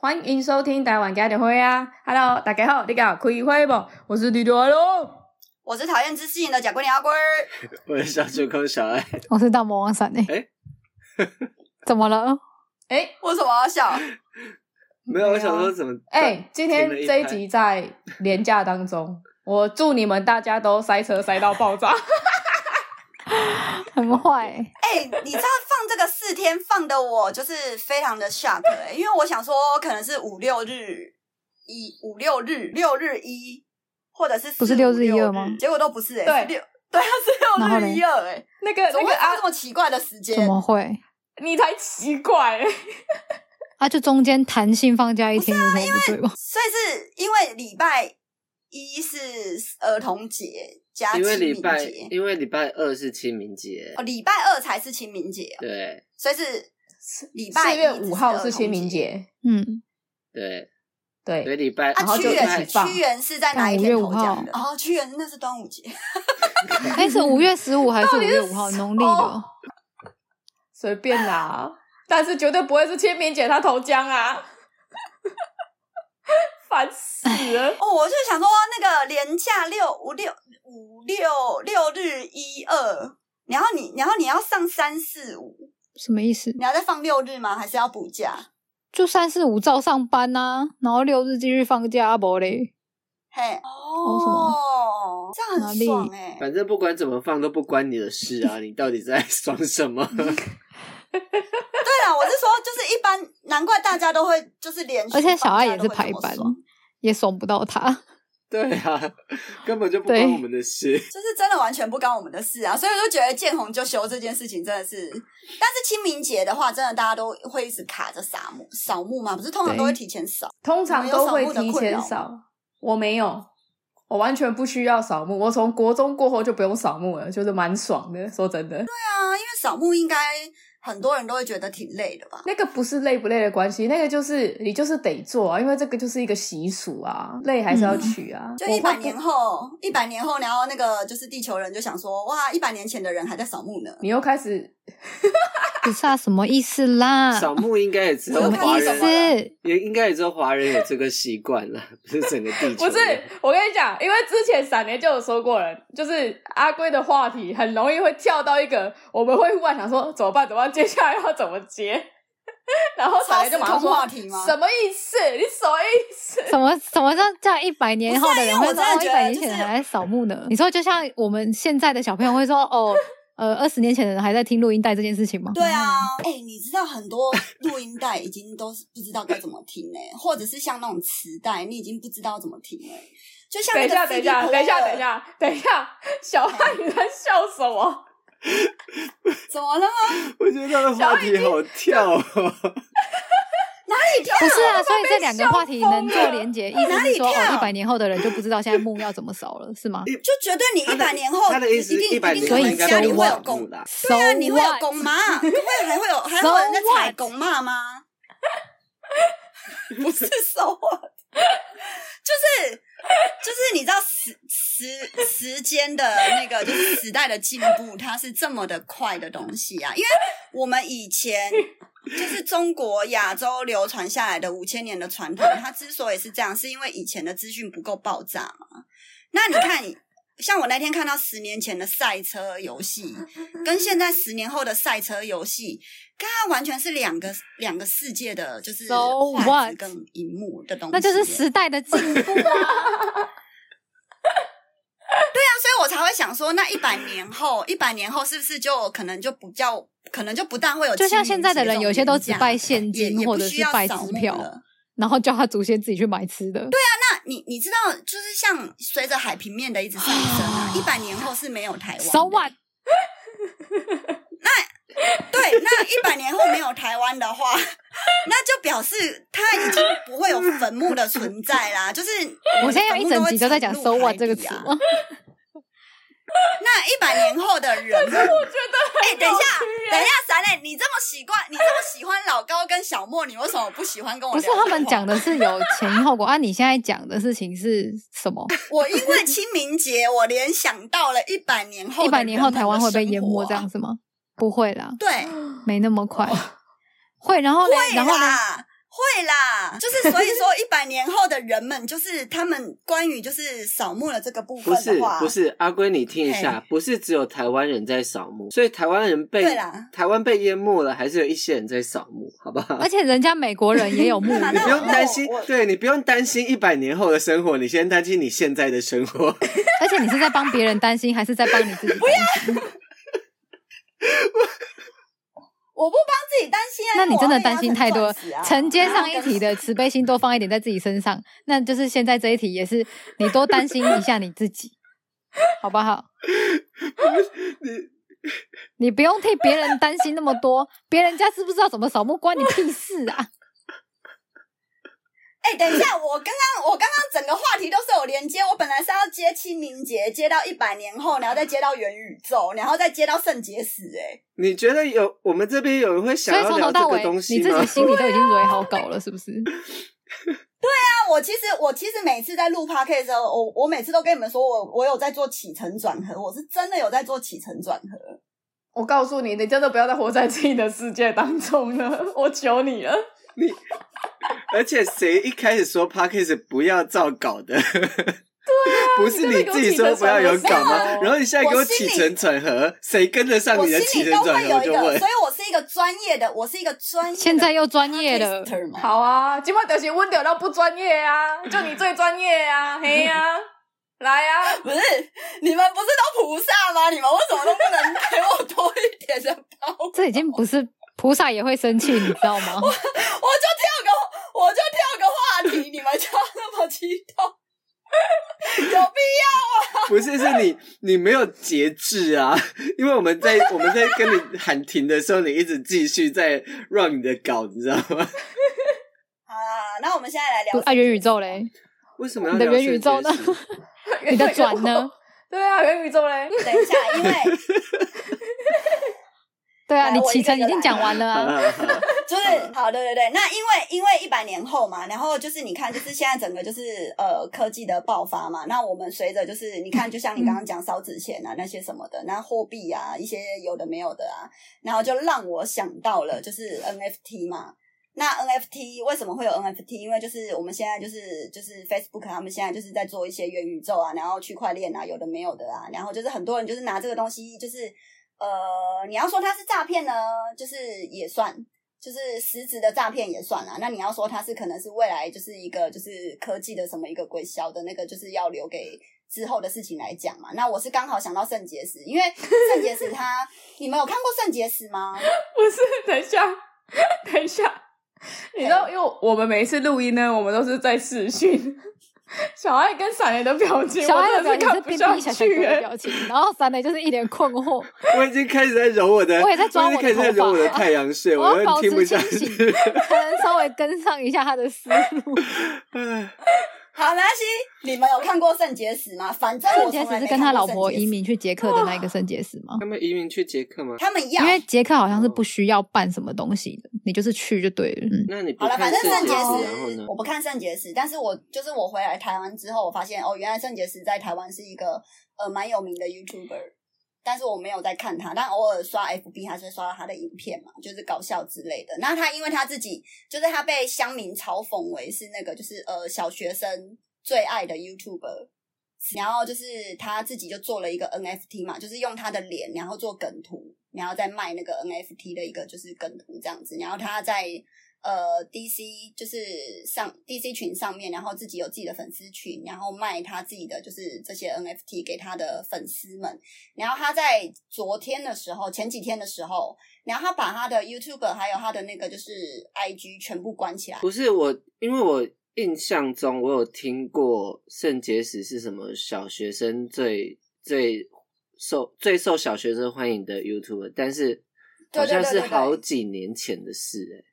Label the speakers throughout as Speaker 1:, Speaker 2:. Speaker 1: 欢迎收听台湾家的会啊！Hello，大家好，你好，开会不？我是李多喽。
Speaker 2: 我是讨厌知性的贾桂林阿龟儿，
Speaker 3: 我是小酒空小爱，
Speaker 4: 我是大魔王闪诶、
Speaker 3: 诶
Speaker 4: 怎么了？
Speaker 1: 哎
Speaker 2: 为什么要 笑？哎
Speaker 3: 没
Speaker 2: 啊
Speaker 3: 有，我想说怎么
Speaker 1: 哎，今天
Speaker 3: 停了
Speaker 1: 这一
Speaker 3: 拍
Speaker 1: 集在廉价当中， 我祝你们大家都塞车塞到爆 炸。
Speaker 4: 很坏、欸，
Speaker 2: 哎、你知道放这个四天放的我就是非常的 shock 哎、因为我想说可能是五六日一五六日六日一，或者是四
Speaker 4: 不是六日一二
Speaker 2: 五
Speaker 4: 吗
Speaker 2: 结果都不是哎、
Speaker 1: 对
Speaker 2: 是六 对啊
Speaker 4: 然后
Speaker 2: 是六
Speaker 4: 嘞
Speaker 2: 日一二哎、
Speaker 1: 那个
Speaker 2: 怎
Speaker 1: 那
Speaker 2: 么会
Speaker 1: 个
Speaker 2: 放
Speaker 1: 啊
Speaker 2: 这，么奇怪的时间？
Speaker 4: 怎么会？
Speaker 1: 你才奇 怪、
Speaker 4: 啊，就中间弹性放假一天
Speaker 2: 啊
Speaker 4: 有什么不对吗？
Speaker 2: 所以是因为礼拜一是儿童节加
Speaker 3: 因为
Speaker 2: 清
Speaker 3: 礼
Speaker 2: 明
Speaker 3: 拜
Speaker 2: 节，
Speaker 3: 因为礼拜二是清明节
Speaker 2: 哦，，礼拜二才是清明节哦，
Speaker 3: 对
Speaker 2: 所以是礼拜
Speaker 1: 四月
Speaker 2: 一
Speaker 1: 五号
Speaker 2: 只
Speaker 1: 是清明
Speaker 2: 儿童，
Speaker 1: 节，
Speaker 4: 嗯，
Speaker 3: 对，所以
Speaker 1: 对，
Speaker 3: 礼拜
Speaker 1: 然后
Speaker 2: 啊，屈
Speaker 1: 就
Speaker 3: 礼
Speaker 1: 一
Speaker 3: 拜
Speaker 1: 起
Speaker 2: 原
Speaker 1: 放
Speaker 2: 屈原是在哪一天
Speaker 4: 但5月
Speaker 2: 头奖的
Speaker 4: 5？
Speaker 2: 哦，屈原那是端午节，
Speaker 4: 哎、是五月十五还是五月五号？农历的？哦
Speaker 1: 随便啦。 但是绝对不会是清明节他投江啊， 烦死了。
Speaker 2: 哦，我就想说那个连假六五六五六六日一二，然后你然后你要上三四五，
Speaker 4: 什么意思？
Speaker 2: 你要再放六日吗？还是要补假？
Speaker 4: 就三四五照上班呐、然后六日继续放假啊，不嘞？
Speaker 2: 嘿，
Speaker 4: 什
Speaker 2: 哦，这样
Speaker 4: 哪
Speaker 2: 很
Speaker 4: 里
Speaker 2: 爽哎、
Speaker 3: 反正不管怎么放都不关你的事啊，你到底在 爽 什么？
Speaker 2: 对啦，我是说，就是一般，难怪大家都会就是连续
Speaker 4: 而且小
Speaker 2: 放假
Speaker 4: 爱也
Speaker 2: 都
Speaker 4: 是
Speaker 2: 会
Speaker 4: 排
Speaker 2: 这么
Speaker 4: 班
Speaker 2: 爽，
Speaker 4: 也爽不到他。
Speaker 3: 对啊，根本就不
Speaker 4: 对
Speaker 3: 关我们的事。
Speaker 2: 就是真的完全不干我们的事啊，所以我就觉得见红就休这件事情真的是，但是清明节的话，真的大家都会一直卡着扫墓，扫墓嘛，不是通常
Speaker 4: 对
Speaker 2: 都会提前扫，
Speaker 1: 通常都会
Speaker 2: 你
Speaker 1: 提
Speaker 2: 们有扫墓的困
Speaker 1: 前
Speaker 2: 扰
Speaker 1: 扫，我没有，我完全不需要扫墓。我从国中过后就不用扫墓了，就是蛮爽的。说真的，
Speaker 2: 对啊，因为扫墓应该很多人都会觉得挺累的吧？
Speaker 1: 那个不是累不累的关系，那个就是你就是得做啊，因为这个就是一个习俗啊，累还是要去啊。
Speaker 2: 嗯就
Speaker 1: 我
Speaker 2: 一
Speaker 1: 会
Speaker 2: 百
Speaker 1: 不
Speaker 2: 年，后，一百年后，然后那个就是地球人就想说，哇，一百年前的人还在扫墓呢，
Speaker 1: 你又开始
Speaker 4: 不是啊，什么意思啦？
Speaker 3: 扫墓应该也只
Speaker 2: 什
Speaker 3: 有
Speaker 4: 什
Speaker 2: 嗯么
Speaker 3: 华
Speaker 4: 么意
Speaker 2: 什么
Speaker 3: 人，
Speaker 4: 思？
Speaker 3: 也应该也只有华人有这个习惯了，不是整个地 球
Speaker 1: 不
Speaker 3: 人。
Speaker 1: 是，我跟你讲，因为之前闪年就有说过了，就是阿龟的话题很容易会跳到一个，我们会忽然想说怎么办？怎么办？接下来要怎么接？ 然后闪
Speaker 2: 超
Speaker 1: 年
Speaker 2: 时
Speaker 1: 就马上
Speaker 2: 空
Speaker 1: 说
Speaker 2: 话题吗？
Speaker 1: 什么意思？你什么意思？
Speaker 4: 什么什么叫叫一百年后的人
Speaker 2: 不
Speaker 4: 会
Speaker 2: 是
Speaker 4: 说
Speaker 2: 啊因为我
Speaker 4: 哦，
Speaker 2: 真的觉
Speaker 4: 一
Speaker 2: 得
Speaker 4: 百年前的人还在扫墓呢？你说就像我们现在的小朋友会说哦，呃，二十年前的人还在听录音带这件事情吗？
Speaker 2: 对啊，
Speaker 1: 嗯
Speaker 2: 哎、你知道很多录音带已经都是不知道该怎么听哎、或者是像那种磁带，你已经不知道怎么听哎、就像
Speaker 1: 等
Speaker 2: 那
Speaker 1: 一下，等
Speaker 2: 个
Speaker 1: 一下，
Speaker 2: CD
Speaker 1: 等一下，
Speaker 2: player
Speaker 1: 等一，下，等一下，小汉你在笑什么？
Speaker 2: 怎么了吗？
Speaker 3: 我觉得他的话题好跳哦。
Speaker 4: 不是 啊，所以这两个话题能
Speaker 1: 疯了
Speaker 4: 做连结，意思
Speaker 2: 哪
Speaker 4: 是
Speaker 2: 里
Speaker 4: 说哦，
Speaker 2: 跳
Speaker 4: 一百年后的人就不知道现在墓要怎么扫了，是吗？
Speaker 2: 就绝对你
Speaker 3: 他
Speaker 2: 一
Speaker 3: 的
Speaker 2: 百年后，
Speaker 3: 他的意思
Speaker 2: 一定
Speaker 3: 一百
Speaker 2: 一
Speaker 3: 年
Speaker 2: 定
Speaker 3: 后
Speaker 4: 所以
Speaker 2: 你
Speaker 3: 应该
Speaker 2: 家里
Speaker 3: 不
Speaker 2: 会
Speaker 3: 会
Speaker 2: 有
Speaker 3: 有
Speaker 2: 公
Speaker 3: 墓，啦。
Speaker 2: 对啊，
Speaker 4: So
Speaker 2: 你会有
Speaker 4: what？
Speaker 2: 公妈，会还会有还会有人在
Speaker 4: So
Speaker 2: 踩
Speaker 4: what？
Speaker 2: 公妈吗？ 不是 so what，就是就是你知道时时时间的那个就是时代的进步，它是这么的快的东西啊，因为我们以前。就是中国亚洲流传下来的五千年的传 统，它之所以是这样，是因为以前的资讯不够爆炸嘛。那你看，像我那天看到十年前的赛车游 戏，跟现在十年后的赛车游戏，跟它完全是两个两个世界的，就是
Speaker 4: So
Speaker 2: 画质
Speaker 4: what？
Speaker 2: 跟荧幕的东西耶，
Speaker 4: 那就是时代的进步 啊！
Speaker 2: 所以我才会想说，那一百年后，一百年后是不是就可能就不叫，可能就不但会有，
Speaker 4: 就像现在的人，有些都只拜，现
Speaker 2: 也
Speaker 4: 金
Speaker 2: 也
Speaker 4: 或
Speaker 2: 不
Speaker 4: 者
Speaker 2: 需
Speaker 4: 是
Speaker 2: 要
Speaker 4: 拜
Speaker 2: 扫
Speaker 4: 支
Speaker 2: 墓
Speaker 4: 票，
Speaker 2: 了。
Speaker 4: 然后叫他祖先自己去买吃的。对啊，
Speaker 2: 那你你知道，就是像随着海平面的一直上升啊，
Speaker 4: 哦
Speaker 2: 一百年后是没有台湾的。
Speaker 4: so what？
Speaker 2: 对，那一百年后没有台湾的话，那就表示它已经不会有坟墓的存在啦。就是
Speaker 4: 我现在有一整集都在讲 so what 这个词
Speaker 2: 词
Speaker 4: 吗。
Speaker 2: 啊那一百年后的人， 我觉得哎、等一下
Speaker 1: 耶，
Speaker 2: 等一下，闪磊，你这么喜欢，你这么喜欢老高跟小莫，你为什么不喜欢跟我？
Speaker 4: 不是他们，讲的是有前因后果啊，你现在讲的事情是什么？
Speaker 2: 我因为清明节，我联想到了一百年后的人们的生活
Speaker 4: 一
Speaker 2: 啊，啊
Speaker 4: 百年后台湾会被淹没这样子吗？不会啦，
Speaker 2: 对，
Speaker 4: 没那么快。会，然后呢？
Speaker 2: 哦会
Speaker 4: 然后呢？
Speaker 2: 啦，会啦，就是所以说一百年后的人们，就是他们关于就是扫墓的这个部
Speaker 3: 不
Speaker 2: 分
Speaker 3: 是
Speaker 2: 的话，
Speaker 3: 不是，阿龟，你听一下，不是只有台湾人在扫墓，所以台湾人被
Speaker 2: 对啦
Speaker 3: 台湾被淹没了，还是有一些人在扫墓，好不好
Speaker 4: 而？且人家美国人也有 墓
Speaker 2: 那
Speaker 3: 你
Speaker 4: 园，
Speaker 3: 不用
Speaker 2: 哎那
Speaker 3: 担心
Speaker 2: 我我，
Speaker 3: 对你不用担心一百年后的生活，你先担心你现在的生活。
Speaker 4: 而且你是在帮别人担心，还是在帮你自己担心？
Speaker 2: 我不帮自己担心啊，
Speaker 4: 那你
Speaker 2: 因为
Speaker 4: 真
Speaker 2: 我
Speaker 4: 的
Speaker 2: 要
Speaker 4: 担
Speaker 2: 被
Speaker 4: 心
Speaker 2: 压
Speaker 4: 太
Speaker 2: 成
Speaker 4: 多
Speaker 2: 钻石啊。
Speaker 4: 承接上一题的
Speaker 2: 啊
Speaker 4: 慈悲心多放一点在自己身上，那就是现在这一题也是你多担心一下你自己，好不好？你不用替别人担心那么多，别人家知不知道怎么扫墓关你屁事啊！
Speaker 2: 哎、等一下，我刚刚我刚刚整个话题都是有连接，我本来是要接清明节，接到一百年后，然后再接到元宇宙，然后再接到圣结石、哎，
Speaker 3: 你觉得有我们这边有人会想
Speaker 4: 所以
Speaker 3: 要
Speaker 4: 从
Speaker 3: 聊
Speaker 4: 头
Speaker 3: 这
Speaker 4: 到
Speaker 3: 个
Speaker 4: 尾，
Speaker 3: 东
Speaker 4: 你
Speaker 3: 西
Speaker 4: 自己
Speaker 3: 吗？
Speaker 4: 心里都已经蕊好稿了，是不 是？
Speaker 2: 那我其实我其实每次在录 p o d c a s t 的时候，我我每次都跟你们说我我有在做起承转合，我是真的有在做起承转合。
Speaker 1: 我告诉你，你真的不要再活在自己的世界当中了，我求你了。
Speaker 3: 而且谁一开始说 podcast 不要照稿
Speaker 2: 啊
Speaker 3: 的？对不是你自己说不要有稿
Speaker 1: 你根本给我起承转合
Speaker 3: 吗？然后你现在给
Speaker 2: 我
Speaker 3: 起
Speaker 2: 心里
Speaker 3: 承转合，谁跟得上
Speaker 2: 我
Speaker 3: 你
Speaker 2: 心
Speaker 3: 的起
Speaker 2: 里
Speaker 3: 承
Speaker 2: 都
Speaker 3: 转
Speaker 2: 会有
Speaker 3: 合？我
Speaker 2: 一
Speaker 3: 就
Speaker 2: 个，
Speaker 3: 问
Speaker 2: 所。以我是一个专业的，我是一个专业的
Speaker 4: 现在又专业了，
Speaker 2: podcaster 嘛，
Speaker 1: 好啊，今晚德行温掉到不专业 啊，就你最专业啊，嘿呀、来 啊，
Speaker 2: 不是你们不是都菩萨吗？你们为什么都不能给我多一点的包容？
Speaker 4: 这已经不是菩萨也会生气，你知道 吗？
Speaker 2: 我就跳个，我就跳个话题，你们就要那么激动？有必要？
Speaker 3: 不是，是你你没有节制啊！因为我们在我们在跟你喊停的时候，你一直继续在 run 你的稿，你知道吗？
Speaker 2: 好啦，那我们现在来
Speaker 4: 不
Speaker 2: 聊
Speaker 4: 啊，元宇宙嘞，
Speaker 3: 为什么要
Speaker 4: 你的
Speaker 3: 聊
Speaker 4: 元宇宙呢
Speaker 3: 圣洁石？
Speaker 4: 你的转呢？？
Speaker 1: 对啊，元宇宙嘞，
Speaker 2: 等一下，因为
Speaker 4: 对啊，
Speaker 2: 来
Speaker 4: 你
Speaker 2: 我一
Speaker 4: 启
Speaker 2: 个
Speaker 4: 程
Speaker 2: 一
Speaker 4: 已
Speaker 2: 个
Speaker 4: 经
Speaker 2: 来
Speaker 4: 讲完了
Speaker 3: 好
Speaker 4: 啊。
Speaker 3: 好好
Speaker 2: 就是好，对对对，那因为因为一百年后嘛，然后就是你看，就是现在整个就是呃科技的爆发嘛，那我们随着就是你看，就像你刚刚讲烧纸钱啊那些什么的，那货币啊一些有的没有的啊，然后就让我想到了就是 NFT 嘛。那 NFT 为什么会有 NFT？因为就是我们现在就是就是 Facebook 啊他们现在就是在做一些元宇宙啊，然后区块链啊，有的没有的啊，然后就是很多人就是拿这个东西，就是呃，你要说它是诈骗呢，就是也算，就是实质的诈骗也算啦。那你要说它是可能是未来就是一个就是科技的什么一个归销的那个，就是要留给之后的事情来讲嘛。那我是刚好想到肾结石， 因为肾结石它，你们有看过肾结石吗？
Speaker 1: 不是，等一下， 等一下，你知道，因为我们每一次录音呢，我们都是在视讯。 小爱跟闪雷的表情，
Speaker 4: 小
Speaker 1: 我
Speaker 4: 爱
Speaker 1: 真
Speaker 4: 的
Speaker 1: 的
Speaker 4: 表
Speaker 1: 看
Speaker 4: 情
Speaker 1: 不
Speaker 4: 是
Speaker 1: 下
Speaker 4: 冰冰小小哥
Speaker 1: 去、
Speaker 4: 的
Speaker 1: 欸。
Speaker 4: 表情，然后三雷就是一脸困惑。
Speaker 3: 我已经开始在揉我的，
Speaker 4: 我也在抓
Speaker 3: 已经
Speaker 4: 我的
Speaker 3: 开始在
Speaker 4: 头发
Speaker 3: 揉我的太阳 穴，
Speaker 4: 我
Speaker 3: 我
Speaker 4: 要
Speaker 3: 又
Speaker 4: 保
Speaker 3: 听不
Speaker 4: 持
Speaker 3: 下
Speaker 4: 清
Speaker 3: 去
Speaker 4: 醒。， 才能稍微跟上一下他的思 路。
Speaker 3: 唉
Speaker 2: 好，没关系，你们有看过肾结石吗？反正
Speaker 4: 圣
Speaker 2: 我
Speaker 4: 洁
Speaker 2: 从来
Speaker 4: 石
Speaker 2: 没
Speaker 4: 是跟他
Speaker 2: 看过
Speaker 4: 老婆
Speaker 2: 肾结
Speaker 4: 移
Speaker 2: 石，
Speaker 4: 民去捷克的那一个圣洁石吗？
Speaker 3: 他们移民去捷克吗？
Speaker 2: 他们要
Speaker 4: 因为捷克好像是不需要办什么东西的，你就是去就对了。嗯，
Speaker 3: 那你不
Speaker 2: 好了，
Speaker 3: 看
Speaker 2: 反正
Speaker 3: 圣
Speaker 2: 肾
Speaker 3: 洁
Speaker 2: 结
Speaker 3: 石，然后
Speaker 2: 石
Speaker 3: 呢，？
Speaker 2: 我不看肾结石，但是我就是我回来台湾之后，我发现哦，原来肾结石在台湾是一个呃蛮有名的 YouTuber，但是我没有在看他，但偶尔刷 FB 还是会刷到他的影片嘛，就是搞笑之类的。那他因为他自己就是他被乡民嘲讽为是那个就是呃小学生最爱的 YouTuber。然后就是他自己就做了一个 NFT 嘛，就是用他的脸，然后做梗图，然后再卖那个 NFT 的一个就是梗图这样子。然后他在呃 DC 就是上 DC 群上面，然后自己有自己的粉丝群，然后卖他自己的就是这些 NFT 给他的粉丝们。然后他在昨天的时候，前几天的时候，然后他把他的 YouTube 还有他的那个就是 IG 全部关起来。
Speaker 3: 不是我，因为我印象中我有听过肾结石是什么小学生最最受最受小学生欢迎的 YouTube，但是
Speaker 2: 对
Speaker 3: 好像
Speaker 2: 对
Speaker 3: 是
Speaker 2: 对对对
Speaker 3: 好几年前的事哎、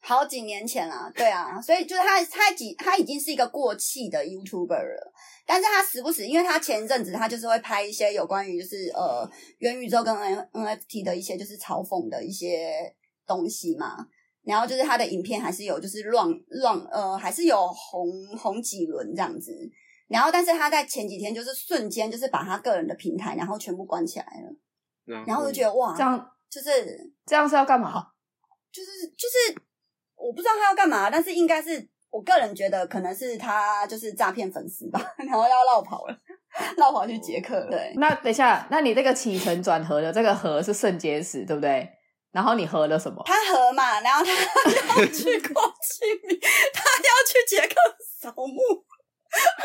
Speaker 2: 好几年前啦、对啊，所以就是他，他几他已经是一个过气的 YouTuber 了，但是他时不时，因为他前一阵子他就是会拍一些有关于就是呃元宇宙跟 N NFT 的一些就是嘲讽的一些东西嘛，然后就是他的影片还是有就是乱乱呃还是有红红几轮这样子，然后但是他在前几天就是瞬间就是把他个人的平台然后全部关起来了，
Speaker 3: 欸然
Speaker 2: 然后我就觉
Speaker 3: 得
Speaker 2: 得哇
Speaker 1: 这，样
Speaker 2: 就是
Speaker 1: 这样是要干嘛？
Speaker 2: 就是就是，我不知道他要干嘛，但是应该是我个人觉得可能是他就是诈骗粉丝吧， 然后要绕跑了， 绕跑去捷克了。对，
Speaker 1: 那等一下，那你这个起承转合的这个合是肾结石，对不对？然后你合了什么？
Speaker 2: 他和嘛，然后他 要去郭敬明，他要去捷克扫墓。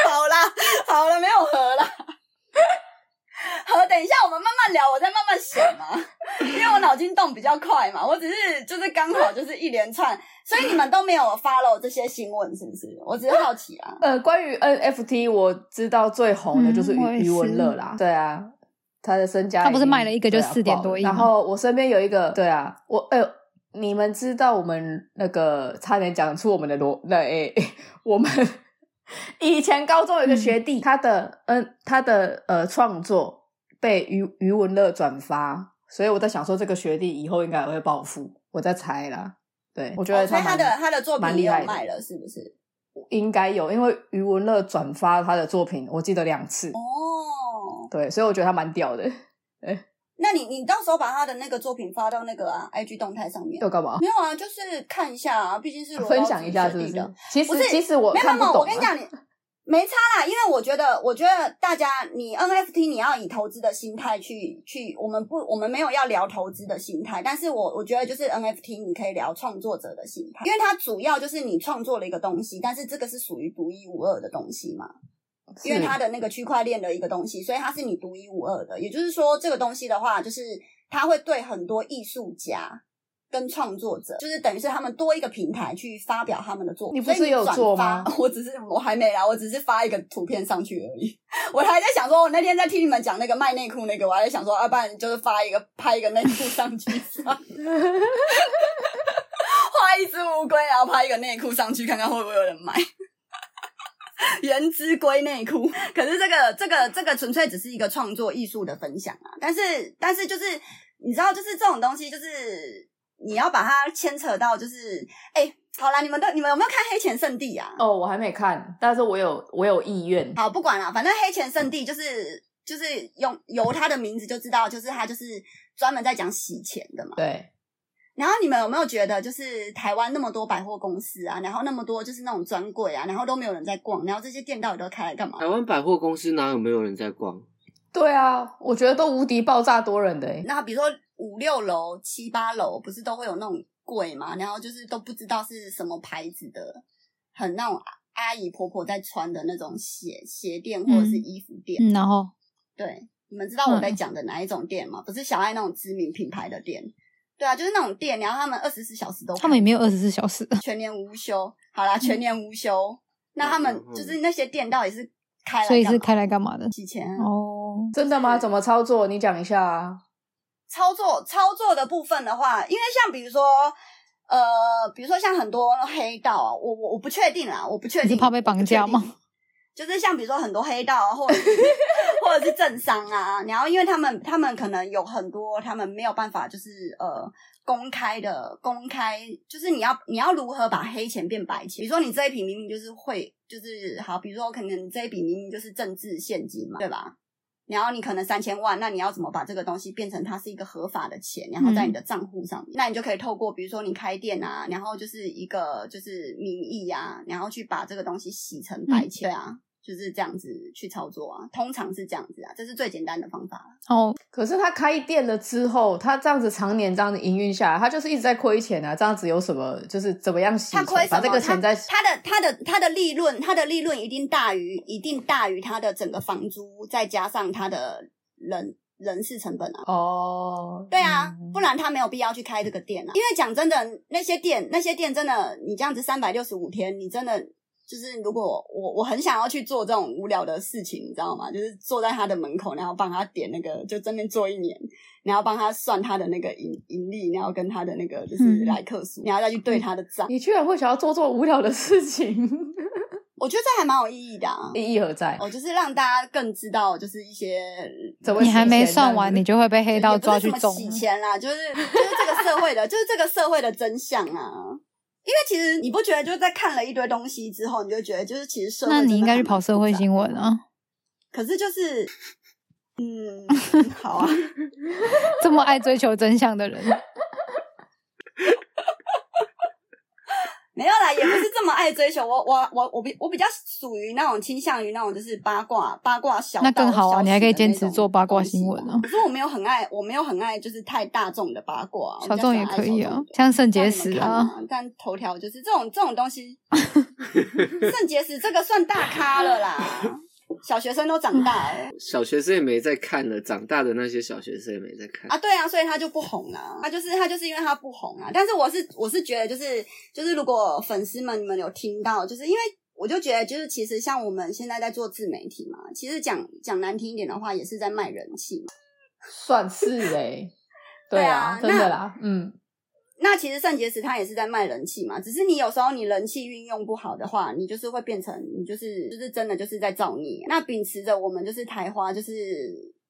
Speaker 2: 好啦，好了，没有和啦。和，等一下，我们慢慢聊，我再慢慢想嘛，因为我脑筋动比较快嘛，我只是就是刚好就是一连串，所以你们都没有 follow 这些新闻，是不是？我只是好奇啊。
Speaker 1: 呃，关于 NFT，我知道最红的就是
Speaker 4: 嗯我也
Speaker 1: 余
Speaker 4: 是
Speaker 1: 余文乐啦，对啊，他的身家已经
Speaker 4: 他不是卖了一个就
Speaker 1: 对啊
Speaker 4: 4.多
Speaker 1: 爆了
Speaker 4: 亿吗
Speaker 1: 然后我身边有一个，对啊，我呃，你们知道我们那个差点讲出我们的罗那诶、我们以前高中有
Speaker 4: 嗯
Speaker 1: 一个学弟，他的嗯、他的呃创作被余余文乐转发，所以我在想说这个学弟以后应该也会暴富，我在猜啦。对，我觉得
Speaker 2: 哦所以
Speaker 1: 蛮
Speaker 2: 他的他的作品
Speaker 1: 蛮
Speaker 2: 也
Speaker 1: 厉
Speaker 2: 有
Speaker 1: 害的
Speaker 2: 卖了，是不是？
Speaker 1: 应该有，因为余文乐转发他的作品，我记得两次，
Speaker 2: 哦，
Speaker 1: 对，所以我觉得他蛮屌的。
Speaker 2: 那你你到时候把他的那个作品发到那个啊 IG 动态上面。
Speaker 1: 要干嘛？
Speaker 2: 没有啊，就是看一下啊，毕竟是罗
Speaker 1: 分
Speaker 2: 高
Speaker 1: 享
Speaker 2: 子
Speaker 1: 一下是
Speaker 2: 学
Speaker 1: 不
Speaker 2: 弟的
Speaker 1: 是？其
Speaker 2: 不
Speaker 1: 实
Speaker 2: 是
Speaker 1: 其实 我
Speaker 2: 没有没
Speaker 1: 看
Speaker 2: 有没
Speaker 1: 不
Speaker 2: 有，
Speaker 1: 懂、啊。
Speaker 2: 我跟你讲，你没差啦，因为我觉得，我觉得大家，你 NFT 你要以投资的心态去去，我们不，我们没有要聊投资的心态，但是我我觉得就是 NFT 你可以聊创作者的心态，因为它主要就是你创作了一个东西，但是这个是属于独一无二的东西嘛。因为
Speaker 1: 是
Speaker 2: 它的那个区块链的一个东西，所以它是你独一无二的。也就是说，这个东西的话，就是它会对很多艺术家跟创作者，就是等于是他们多一个平台去发表他们的作
Speaker 1: 你
Speaker 2: 品。
Speaker 1: 不是
Speaker 2: 所以
Speaker 1: 有
Speaker 2: 转
Speaker 1: 做
Speaker 2: 发
Speaker 1: 吗
Speaker 2: 我只是我还没啦，我只是发一个图片上去而已。我还在想说，哦我那天在听你们讲那个卖内裤那个，我还在想说，要、啊不然就是发一个拍一个内裤上 去算了。 画一只乌龟，然后拍一个内裤上去，看看会不会有人买。 原汁龟内裤， 可是这个这个这个纯粹只是一个创作艺术的分享啊。但是但是就是你知道，就是这种东西，就是你要把它牵扯到，就是哎、好啦，你们都你们有没有看《黑钱圣地》啊？
Speaker 1: 哦，我还没看，但是我有我有意愿。
Speaker 2: 好，不管了，反正黑钱圣地就是就是用由他的名字就知道，就是他就是专门在讲洗钱的嘛。
Speaker 1: 对，
Speaker 2: 然后你们有没有觉得，就是台湾那么多百货公司啊，然后那么多就是那种专柜啊，然后都没有人在逛，然后这些店到底都开来干嘛
Speaker 3: 台？湾百货公司哪有没有人在逛？
Speaker 1: 对啊，我觉得都无敌爆炸多人的、欸，
Speaker 2: 那比如说五六楼、七八楼，不是都会有那种柜嘛？然后就是都不知道是什么牌子的，很那种阿姨婆婆在穿的那种鞋鞋店或者是衣服店。
Speaker 4: 嗯，然后
Speaker 2: 对，你们知道我在讲的哪一种店吗？不是小爱那种知名品牌的店。对啊，就是那种店，然后他们二十四小时都开
Speaker 4: 他们也嗯没有二十四小时，
Speaker 2: 全年无休。好啦，全年无休。那他们就是那些店到底是开来干嘛，
Speaker 4: 所以是开来干嘛的？
Speaker 2: 几啊钱？
Speaker 1: 嗯
Speaker 4: 哦，
Speaker 1: 真的吗？怎么操作？你讲一下啊。
Speaker 2: 操作操作的部分的话，因为像比如说，呃，比如说像很多黑道啊，我我我不确定啦，我不确定
Speaker 4: 你是怕被绑架吗？
Speaker 2: 我不确定就是像比如说很多黑道啊，或者 是或者是政商啊，然后因为他们他们可能有很多他们没有办法就是呃公开的公开，就是你要你要如何把黑钱变白钱？比如说你这一笔明明就是会就是好，比如说可能你这一笔明明就是政治现金嘛，对吧？然后你可能三千万，那你要怎么把这个东西变成它是一个合法的钱，然后在你的账户上面？那你就可以透过比如说你开店啊，然后就是一个就是名义啊，然后去把这个东西洗成白钱，对啊，就是这样子去操作啊，通常是这样子啊，这是最简单的方法啦。
Speaker 4: 哦，
Speaker 1: 可是他开店了之后，他这样子常年这样子营运下来，他就是一直在亏钱啊。这样子有什么？就是怎么样洗
Speaker 2: 他
Speaker 1: 钱？
Speaker 2: 亏什
Speaker 1: 把
Speaker 2: 么？
Speaker 1: 这个钱
Speaker 2: 他
Speaker 1: 再
Speaker 2: 他的他的他的利润，他的利润一定大于一定大于他的整个房租，再加上他的人人事成本啊。
Speaker 1: 哦，
Speaker 2: 对啊，
Speaker 1: 嗯
Speaker 2: 不然他没有必要去开这个店啊。因为讲真的，那些店那些店真的，你这样子三百六十五天，你真的就是如果我我很想要去做这种无聊的事情，你知道吗？就是坐在他的门口，然后帮他点那个，就真的做一年，然后帮他算他的那个盈盈利，然后跟他的那个就是
Speaker 4: 嗯
Speaker 2: 来客数，然后再去对他的账。
Speaker 1: 你居然会想要做这么无聊的事情，
Speaker 2: 我觉得这还蛮有意义的啊。
Speaker 1: 意义何在？
Speaker 2: 哦，就是让大家更知道，就是一些
Speaker 1: 怎么
Speaker 4: 你还没
Speaker 1: 洗钱这样
Speaker 4: 算
Speaker 1: 子
Speaker 4: 完，你就会被黑道
Speaker 2: 也不
Speaker 4: 抓
Speaker 2: 是
Speaker 4: 去
Speaker 2: 什么
Speaker 4: 种
Speaker 2: 洗钱啦， 就是就是这个社会的，就是这个社会的真相啊。因为其实你不觉得，就是在看了一堆东西之后，你就觉得就是其实社会
Speaker 4: 那你应该去
Speaker 2: 真的还
Speaker 4: 跑
Speaker 2: 蛮
Speaker 4: 社会
Speaker 2: 复杂
Speaker 4: 新 闻啊！
Speaker 2: 可是就是， 嗯，好啊，
Speaker 1: 哦
Speaker 4: 这么爱追求真相的人，
Speaker 2: 没有啦，也不是这么爱追求。我我我我比我比较属于那种倾向于那种就是八卦八卦小道
Speaker 4: 那更好
Speaker 2: 小
Speaker 4: 啊，
Speaker 2: 史
Speaker 4: 你还可以
Speaker 2: 的
Speaker 4: 坚
Speaker 2: 那
Speaker 4: 持
Speaker 2: 种
Speaker 4: 做八卦
Speaker 2: 东西
Speaker 4: 新闻
Speaker 2: 嘛
Speaker 4: 啊，
Speaker 2: 可是我没有很爱，我没有很爱就是太大众的八卦啊，我
Speaker 4: 小
Speaker 2: 比较
Speaker 4: 众
Speaker 2: 喜
Speaker 4: 也
Speaker 2: 欢爱
Speaker 4: 可以
Speaker 2: 小
Speaker 4: 啊
Speaker 2: 众的，
Speaker 4: 像肾结
Speaker 2: 不知道
Speaker 4: 石
Speaker 2: 你们看
Speaker 4: 啊，
Speaker 2: 吗，但头条就是这种这种东西，肾结石这个算大咖了啦，小学生都长大了
Speaker 3: 小学生也没在看了，长大的那些小学生也没在看。
Speaker 2: 啊，对啊，所以他就不红了，他就是他就是因为他不红啊，但是我是我是觉得就是就是如果粉丝们你们有听到，就是因为。我就觉得，就是其实像我们现在在做自媒体嘛，其实讲讲难听一点的话，也是在卖人气嘛。
Speaker 1: 算是哎、
Speaker 2: 对
Speaker 1: 对
Speaker 2: 啊
Speaker 1: 啊，真的
Speaker 2: 那
Speaker 1: 啦，嗯，
Speaker 2: 那其实肾结石它也是在卖人气嘛，只是你有时候你人气运用不好的话，你就是会变成你就是就是真的就是在造孽。那秉持着我们就是台花，就是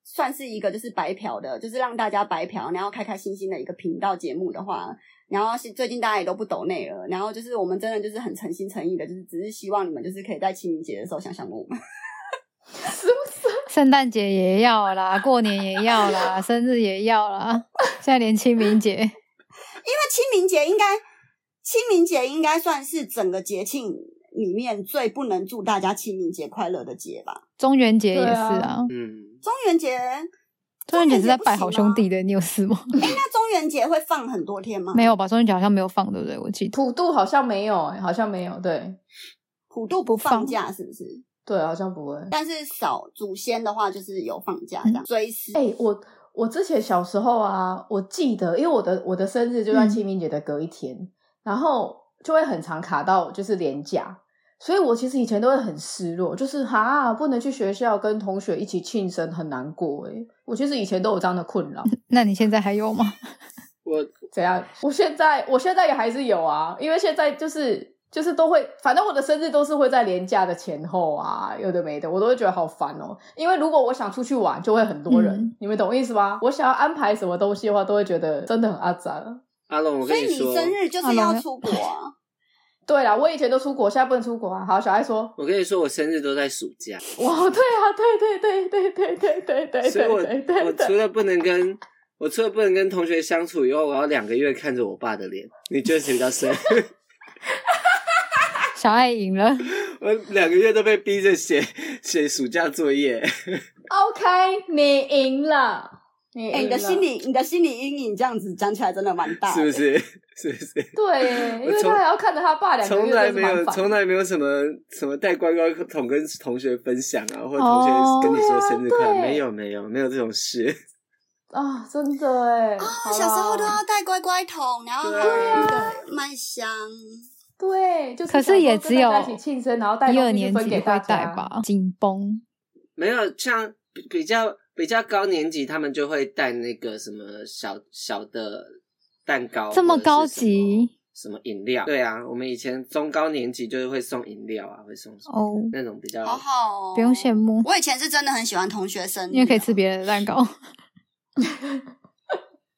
Speaker 2: 算是一个就是白嫖的，就是让大家白嫖，然后开开心心的一个频道节目的话，然后是最近大家也都不抖内了，然后就是我们真的就是很诚心诚意的，就是只是希望你们就是可以在清明节的时候想想我们。
Speaker 1: 啊
Speaker 4: 圣诞节也要啦，过年也要啦，生日也要啦，现在连清明节，
Speaker 2: 那清明节应该，清明节应该算是整个节庆里面最不能祝大家清明节快乐的节吧。
Speaker 4: 中元节也是
Speaker 1: 对
Speaker 4: 啊。
Speaker 3: 嗯，
Speaker 2: 中元节，
Speaker 4: 中元节是在
Speaker 2: 不
Speaker 4: 拜
Speaker 2: 行
Speaker 4: 好兄
Speaker 2: 吗
Speaker 4: 弟的，你有事
Speaker 1: 啊
Speaker 4: 吗？
Speaker 1: 嗯
Speaker 2: 哎、那中元节会放很多天吗？
Speaker 4: 没有吧？中元节好像没有放，对不对？我记得
Speaker 1: 普渡好像没有、欸，好像没有，对
Speaker 2: 普渡不
Speaker 4: 放
Speaker 2: 放假是不是？
Speaker 1: 对，好像不会。
Speaker 2: 但是少祖先的话就是有放假
Speaker 4: 嗯
Speaker 2: 这样，追思
Speaker 1: 哎、我我之前小时候啊，我记得，因为我的我的生日就在
Speaker 4: 嗯
Speaker 1: 清明节的隔一天，然后就会很常卡到就是连假，所以我其实以前都会很失落，就是哈不能去学校跟同学一起庆生，很难过哎、我其实以前都有这样的困扰，
Speaker 4: 那你现在还有吗？
Speaker 3: 我
Speaker 1: 怎样？我现在我现在也还是有啊，因为现在就是。就是都会，反正我的生日都是会在连假的前后啊，有的没的，我都会觉得好烦哦。因为如果我想出去玩，就会很多人，
Speaker 4: 嗯
Speaker 1: 你们懂我意思吗？我想要安排什么东西的话，都会觉得真的很阿杂。
Speaker 3: 阿龙，我
Speaker 2: 所
Speaker 3: 跟
Speaker 2: 以你
Speaker 3: 说，
Speaker 2: 生日就是要出国 啊！
Speaker 1: 对啦，我以前都出国，现在不能出国啊。好，小爱说，
Speaker 3: 我跟你说，我生日都在暑假，
Speaker 1: 哇，对啊，对对对对对对对对
Speaker 3: 所以我
Speaker 1: 对对
Speaker 3: 我除
Speaker 1: 对，
Speaker 3: 了不能跟我除了不能跟同学相处以外，我要两个月看着我爸的脸。你觉得谁比较 生？
Speaker 4: 小爱赢了，
Speaker 3: 我两个月都被逼着写写暑假作业。
Speaker 1: OK，你赢了，你赢
Speaker 2: 哎、
Speaker 1: 了，
Speaker 2: 你的心理，你的心理阴影这样子讲起来真的蛮大的，
Speaker 3: 啊是不？是？是不是？
Speaker 1: 对耶，因
Speaker 3: 我
Speaker 1: 为
Speaker 3: 从
Speaker 1: 他还要看着他爸两个
Speaker 3: 从
Speaker 1: 月，
Speaker 3: 来
Speaker 1: 真
Speaker 3: 没
Speaker 1: 是蛮
Speaker 3: 有，
Speaker 1: 烦
Speaker 3: 从来没有什么什么带乖乖桶跟同学分享啊，或者同学跟你说生日快
Speaker 1: 哦对
Speaker 3: 乐，
Speaker 1: 啊对
Speaker 3: 没有，没有，没有这种事。
Speaker 1: 啊，真的哎，啊
Speaker 2: 啊，小时候都要带乖乖桶，然后还有
Speaker 3: 对啊
Speaker 2: 那个麦香，
Speaker 1: 对，就是
Speaker 4: 可
Speaker 1: 小时候
Speaker 4: 是也
Speaker 1: 跟
Speaker 4: 只
Speaker 1: 大
Speaker 4: 有
Speaker 1: 家一起庆生，然后带
Speaker 4: 一
Speaker 1: 东
Speaker 4: 二
Speaker 1: 西
Speaker 4: 年
Speaker 1: 分
Speaker 4: 级
Speaker 1: 给
Speaker 4: 会
Speaker 1: 大
Speaker 4: 带
Speaker 1: 家？
Speaker 4: 吧，紧绷。
Speaker 3: 没有像比比较比较高年级，他们就会带那个什么小小的蛋糕，
Speaker 4: 这么
Speaker 3: 或者是
Speaker 4: 高级
Speaker 3: 什么，什么饮料？对啊，我们以前中高年级就是会送饮料啊，会送什么
Speaker 4: 哦
Speaker 3: 那种比较
Speaker 2: 好好哦，
Speaker 4: 不用羡慕，
Speaker 2: 我以前是真的很喜欢同学生日，
Speaker 4: 因为可以吃别人的蛋糕。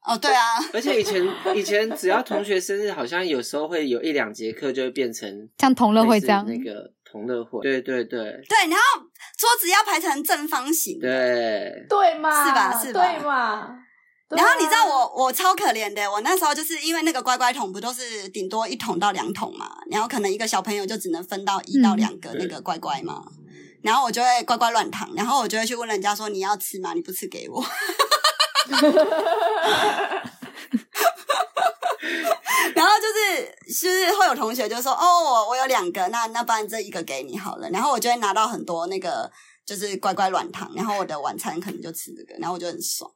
Speaker 2: 哦，对啊，
Speaker 3: 而且以前以前只要同学生日，好像有时候会有一两节课就会变成
Speaker 4: 像同乐会这样
Speaker 3: 类似那个同乐会，对对对
Speaker 2: 对，然后桌子要排成正方形，
Speaker 3: 对，
Speaker 1: 对嘛？
Speaker 2: 是吧是吧
Speaker 1: 对嘛？对
Speaker 2: 然后你知道
Speaker 1: 啊
Speaker 2: 我我超可怜的，我那时候就是因为那个乖乖桶不都是顶多一桶到两桶嘛，然后可能一个小朋友就只能分到一
Speaker 4: 嗯
Speaker 2: 到两个
Speaker 3: 对
Speaker 2: 那个乖乖嘛，然后我就会乖乖乱躺，然后我就会去问人家说你要吃吗？你不吃给 我，然后就是就是会有同学就说哦我我有两个，那那不然这一个给你好了，然后我就会拿到很多那个就是乖乖软糖，然后我的晚餐可能就吃这个，然后我就很爽。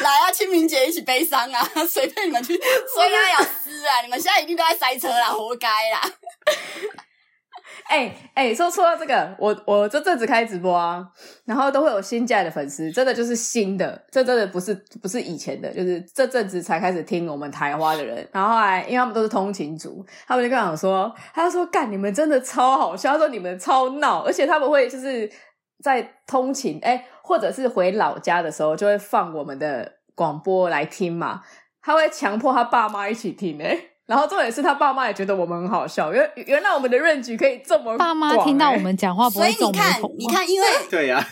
Speaker 2: 来啊，清明节一起悲伤啊！ 随便你们去，所以要撕啊！你们现在一定都在塞车啦，活该啦！
Speaker 1: 哎哎、说说到这个，我我这阵子开直播啊，然后都会有新进来的粉丝，真的就是新的，这真的不是不是以前的，就是这阵子才开始听我们台花的人，然后后来因为他们都是通勤族，他们就跟我讲说，他就说干你们真的超好笑，他说你们超闹，而且他们会就是在通勤哎、或者是回老家的时候就会放我们的广播来听嘛，他会强迫他爸妈一起听哎、然后重点是他爸妈也觉得我们很好笑，原原来我们的润局可以这么广、
Speaker 4: 爸妈听到
Speaker 1: 欸
Speaker 4: 我们讲哦话不
Speaker 2: 所
Speaker 4: 会
Speaker 2: 以
Speaker 4: 皱
Speaker 2: 你
Speaker 4: 眉
Speaker 2: 看
Speaker 4: 头吗，？
Speaker 2: 你看，因为
Speaker 3: 对呀、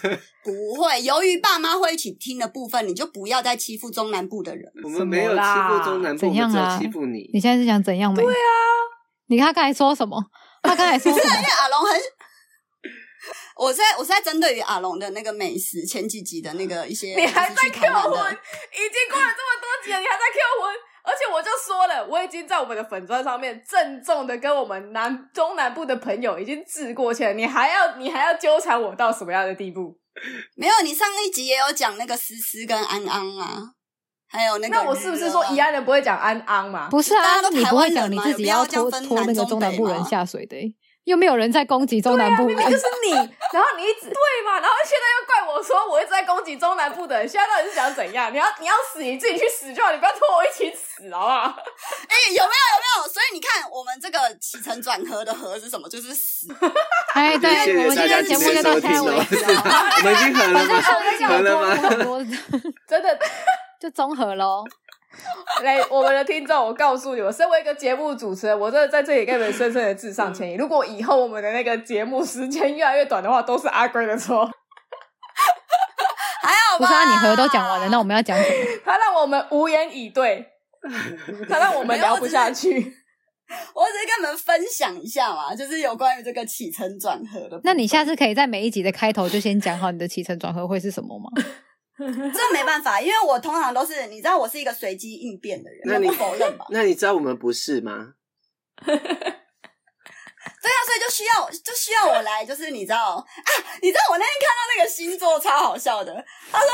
Speaker 2: 不会，由于爸妈会一起听的部分，你就不要再欺负中南部的人。
Speaker 3: 我们没有欺负中南部，我
Speaker 4: 怎
Speaker 3: 们
Speaker 4: 样啊
Speaker 3: 只
Speaker 4: 啦
Speaker 3: 有欺负你。
Speaker 4: 你现在是想怎样？对啊，你看他刚才说什么？他刚才说什
Speaker 2: 因
Speaker 4: 么？
Speaker 2: 为阿龙很，我是在我是在针对于阿龙的那个美食前几集的那个 一些，
Speaker 1: 你还在 Q
Speaker 2: 看
Speaker 1: 我，已经过了这么多集了，你还在 Q 我，而且我就说了，我已经在我们的粉砖上面郑重的跟我们南中南部的朋友已经致过歉了，你还要你还要纠缠我到什么样的地步？
Speaker 2: 没有，你上一集也有讲那个思思跟安安啊，还有那个、
Speaker 1: 那我是不是
Speaker 2: 啊
Speaker 1: 说宜？安人不会讲安安嘛？
Speaker 4: 不是
Speaker 2: 大
Speaker 4: 啊
Speaker 2: 家，都
Speaker 4: 你
Speaker 2: 台
Speaker 4: 不
Speaker 2: 湾
Speaker 4: 会
Speaker 2: 人
Speaker 4: 讲你
Speaker 2: 嘛
Speaker 4: 自
Speaker 2: 有
Speaker 4: 己
Speaker 2: 必要
Speaker 4: 要
Speaker 2: 这样
Speaker 4: 拖
Speaker 2: 分
Speaker 4: 拖
Speaker 2: 南
Speaker 4: 那个
Speaker 2: 中
Speaker 4: 中南
Speaker 2: 北
Speaker 4: 部人
Speaker 2: 吗
Speaker 4: 下水的欸，又没有人在攻击中南部
Speaker 1: 啊
Speaker 3: 啊
Speaker 1: 明明
Speaker 4: 人
Speaker 1: 就。是你，然后你一直对嘛，然后现在又怪我说我一直在攻击中南部的人，现在到底是想怎样？你要你要死你自己去死就好，你不要拖我一起死好不好？
Speaker 2: 哎、有没有有没有？所以你看我们这个起承转合的合是什么？就是死。
Speaker 4: 哎，对，
Speaker 3: 谢
Speaker 4: 我
Speaker 3: 谢
Speaker 4: 们今
Speaker 3: 大家
Speaker 4: 天的
Speaker 3: 今
Speaker 4: 节目就
Speaker 3: 天
Speaker 4: 到
Speaker 3: 收
Speaker 4: 现在
Speaker 3: 听
Speaker 4: 为
Speaker 3: 了，
Speaker 4: 止。
Speaker 3: 是吗 我们已经合了
Speaker 4: 反正
Speaker 3: 吗？
Speaker 4: 我跟你讲，
Speaker 3: 合了吗
Speaker 4: 很多很多
Speaker 1: 真的
Speaker 4: 就综合喽。
Speaker 1: 来，我们的听众，我告诉你，我身为一个节目主持人，我真的在这里给你们深深的致上歉意。如果以后我们的那个节目时间越来越短的话，都是 阿龟的错。
Speaker 2: 还好
Speaker 4: 不
Speaker 2: 吧？
Speaker 4: 是啊，你和都讲完了，那我们要讲什么？
Speaker 1: 他让我们无言以对，他让我们聊不下 去。
Speaker 2: 我只是跟你们分享一下嘛，就是有关于这个起承转合的部分。
Speaker 4: 那你下次可以在每一集的开头就先讲好你的起承转合会是什么吗？
Speaker 2: 这没办法，因为我通常都是，你知道我是一个随机应变的人，
Speaker 3: 那你
Speaker 2: 不否 认吧？
Speaker 3: 那你知道我们不是吗？
Speaker 2: 对啊，所以就需要就需要我来，就是你知道啊，你知道我那天看到那个星座超好笑的，他说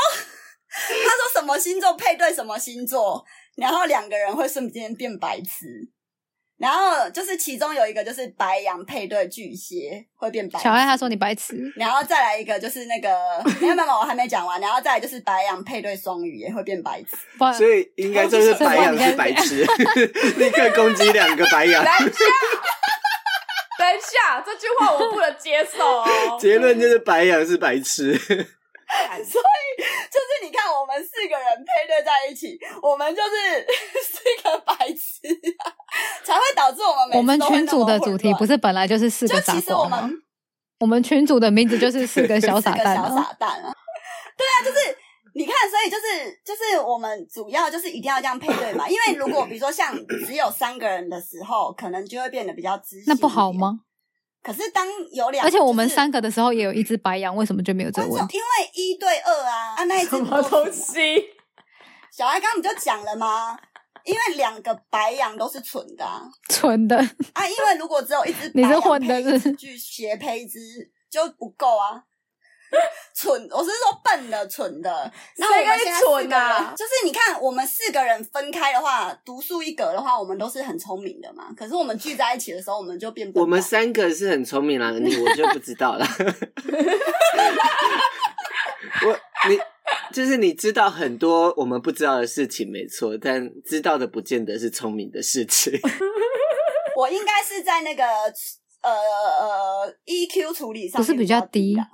Speaker 2: 他说什么星座配对什么星座，然后两个人会瞬间变白痴。然后就是其中有一个就是白羊配对巨蟹会变白，
Speaker 4: 小爱他说你白痴，
Speaker 2: 然后再来一个就是那个没有没有，我还没讲完，然后再来就是白羊配对双鱼也会变白痴。
Speaker 4: 不
Speaker 1: 呃
Speaker 4: 然
Speaker 3: 所以应该就是白羊是 白痴，立刻攻击两个白羊
Speaker 1: 等。一下，等一下，这句话我不能接受哦。
Speaker 3: 结论就是白羊是 白痴，
Speaker 2: 就是你看，我们四个人配对在一起，我们就是 四个白痴、啊，才会导致我们每次
Speaker 4: 我们
Speaker 2: 都会
Speaker 4: 群
Speaker 2: 那
Speaker 4: 组
Speaker 2: 么
Speaker 4: 的
Speaker 2: 混
Speaker 4: 主题
Speaker 2: 乱
Speaker 4: 不是本来就是四个
Speaker 2: 就
Speaker 4: 傻
Speaker 2: 其实我
Speaker 4: 瓜吗
Speaker 2: 们？
Speaker 4: 我们群组的名字就是四个 小
Speaker 2: 四
Speaker 4: 傻
Speaker 2: 个
Speaker 4: 蛋、
Speaker 2: 小
Speaker 4: 啊。
Speaker 2: 傻蛋啊！对啊，就是你看，所以就是就是我们主要就是一定要这样配对嘛，因为如果比如说像只有三个人的时候，可能就会变得比较知性，
Speaker 4: 那不好？吗？
Speaker 2: 可是当有两，
Speaker 4: 而且我们
Speaker 2: 就是
Speaker 4: 三个的时候也有一只白羊，为什么就没有这
Speaker 2: 观
Speaker 4: 个
Speaker 2: 众，
Speaker 4: 问题？
Speaker 2: 因为一对二啊，啊 那一只
Speaker 1: 什
Speaker 2: 不
Speaker 1: 么
Speaker 2: 够
Speaker 1: 东
Speaker 2: 准啊
Speaker 1: 西？
Speaker 2: 小孩刚刚你就讲了吗？因为两个白羊都是蠢的啊，
Speaker 4: 蠢的，
Speaker 2: 啊因为如果只有一只白
Speaker 4: 你
Speaker 2: 羊
Speaker 4: 是混的
Speaker 2: 配一只
Speaker 4: 是不是
Speaker 2: 巨蟹配一只就不够啊。蠢，我是说笨的、蠢的。那我
Speaker 1: 谁
Speaker 2: 们
Speaker 1: 跟你
Speaker 2: 现在四个
Speaker 1: 蠢啊
Speaker 2: 人就是你看，我们四个人分开的话，独树一格的话，我们都是很聪明的嘛。可是我们聚在一起的时候，我们就变笨蛋。
Speaker 3: 我们三个是很聪明啦，你我就不知道 了。我你就是你知道很多我们不知道的事情，没错，但知道的不见得是聪明的事情。
Speaker 2: 我应该是在那个呃呃 EQ 处理上
Speaker 4: 不是
Speaker 2: 面
Speaker 4: 比较
Speaker 2: 低
Speaker 4: 低
Speaker 2: 的，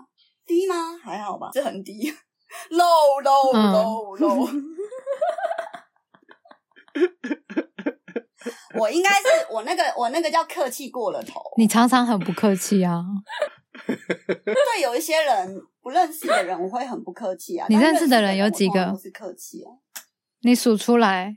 Speaker 2: 低吗？还好吧，这很低 ，low low
Speaker 4: 嗯
Speaker 2: low low。我应该是我那个我那个叫客气过了头，
Speaker 4: 你常常很不客气啊！
Speaker 2: 对有一些人不认识的人我会很不客气啊。
Speaker 4: 你
Speaker 2: 但
Speaker 4: 认识的人有几
Speaker 2: 我
Speaker 4: 个
Speaker 2: 通常都是客气啊？
Speaker 4: 你数出 来，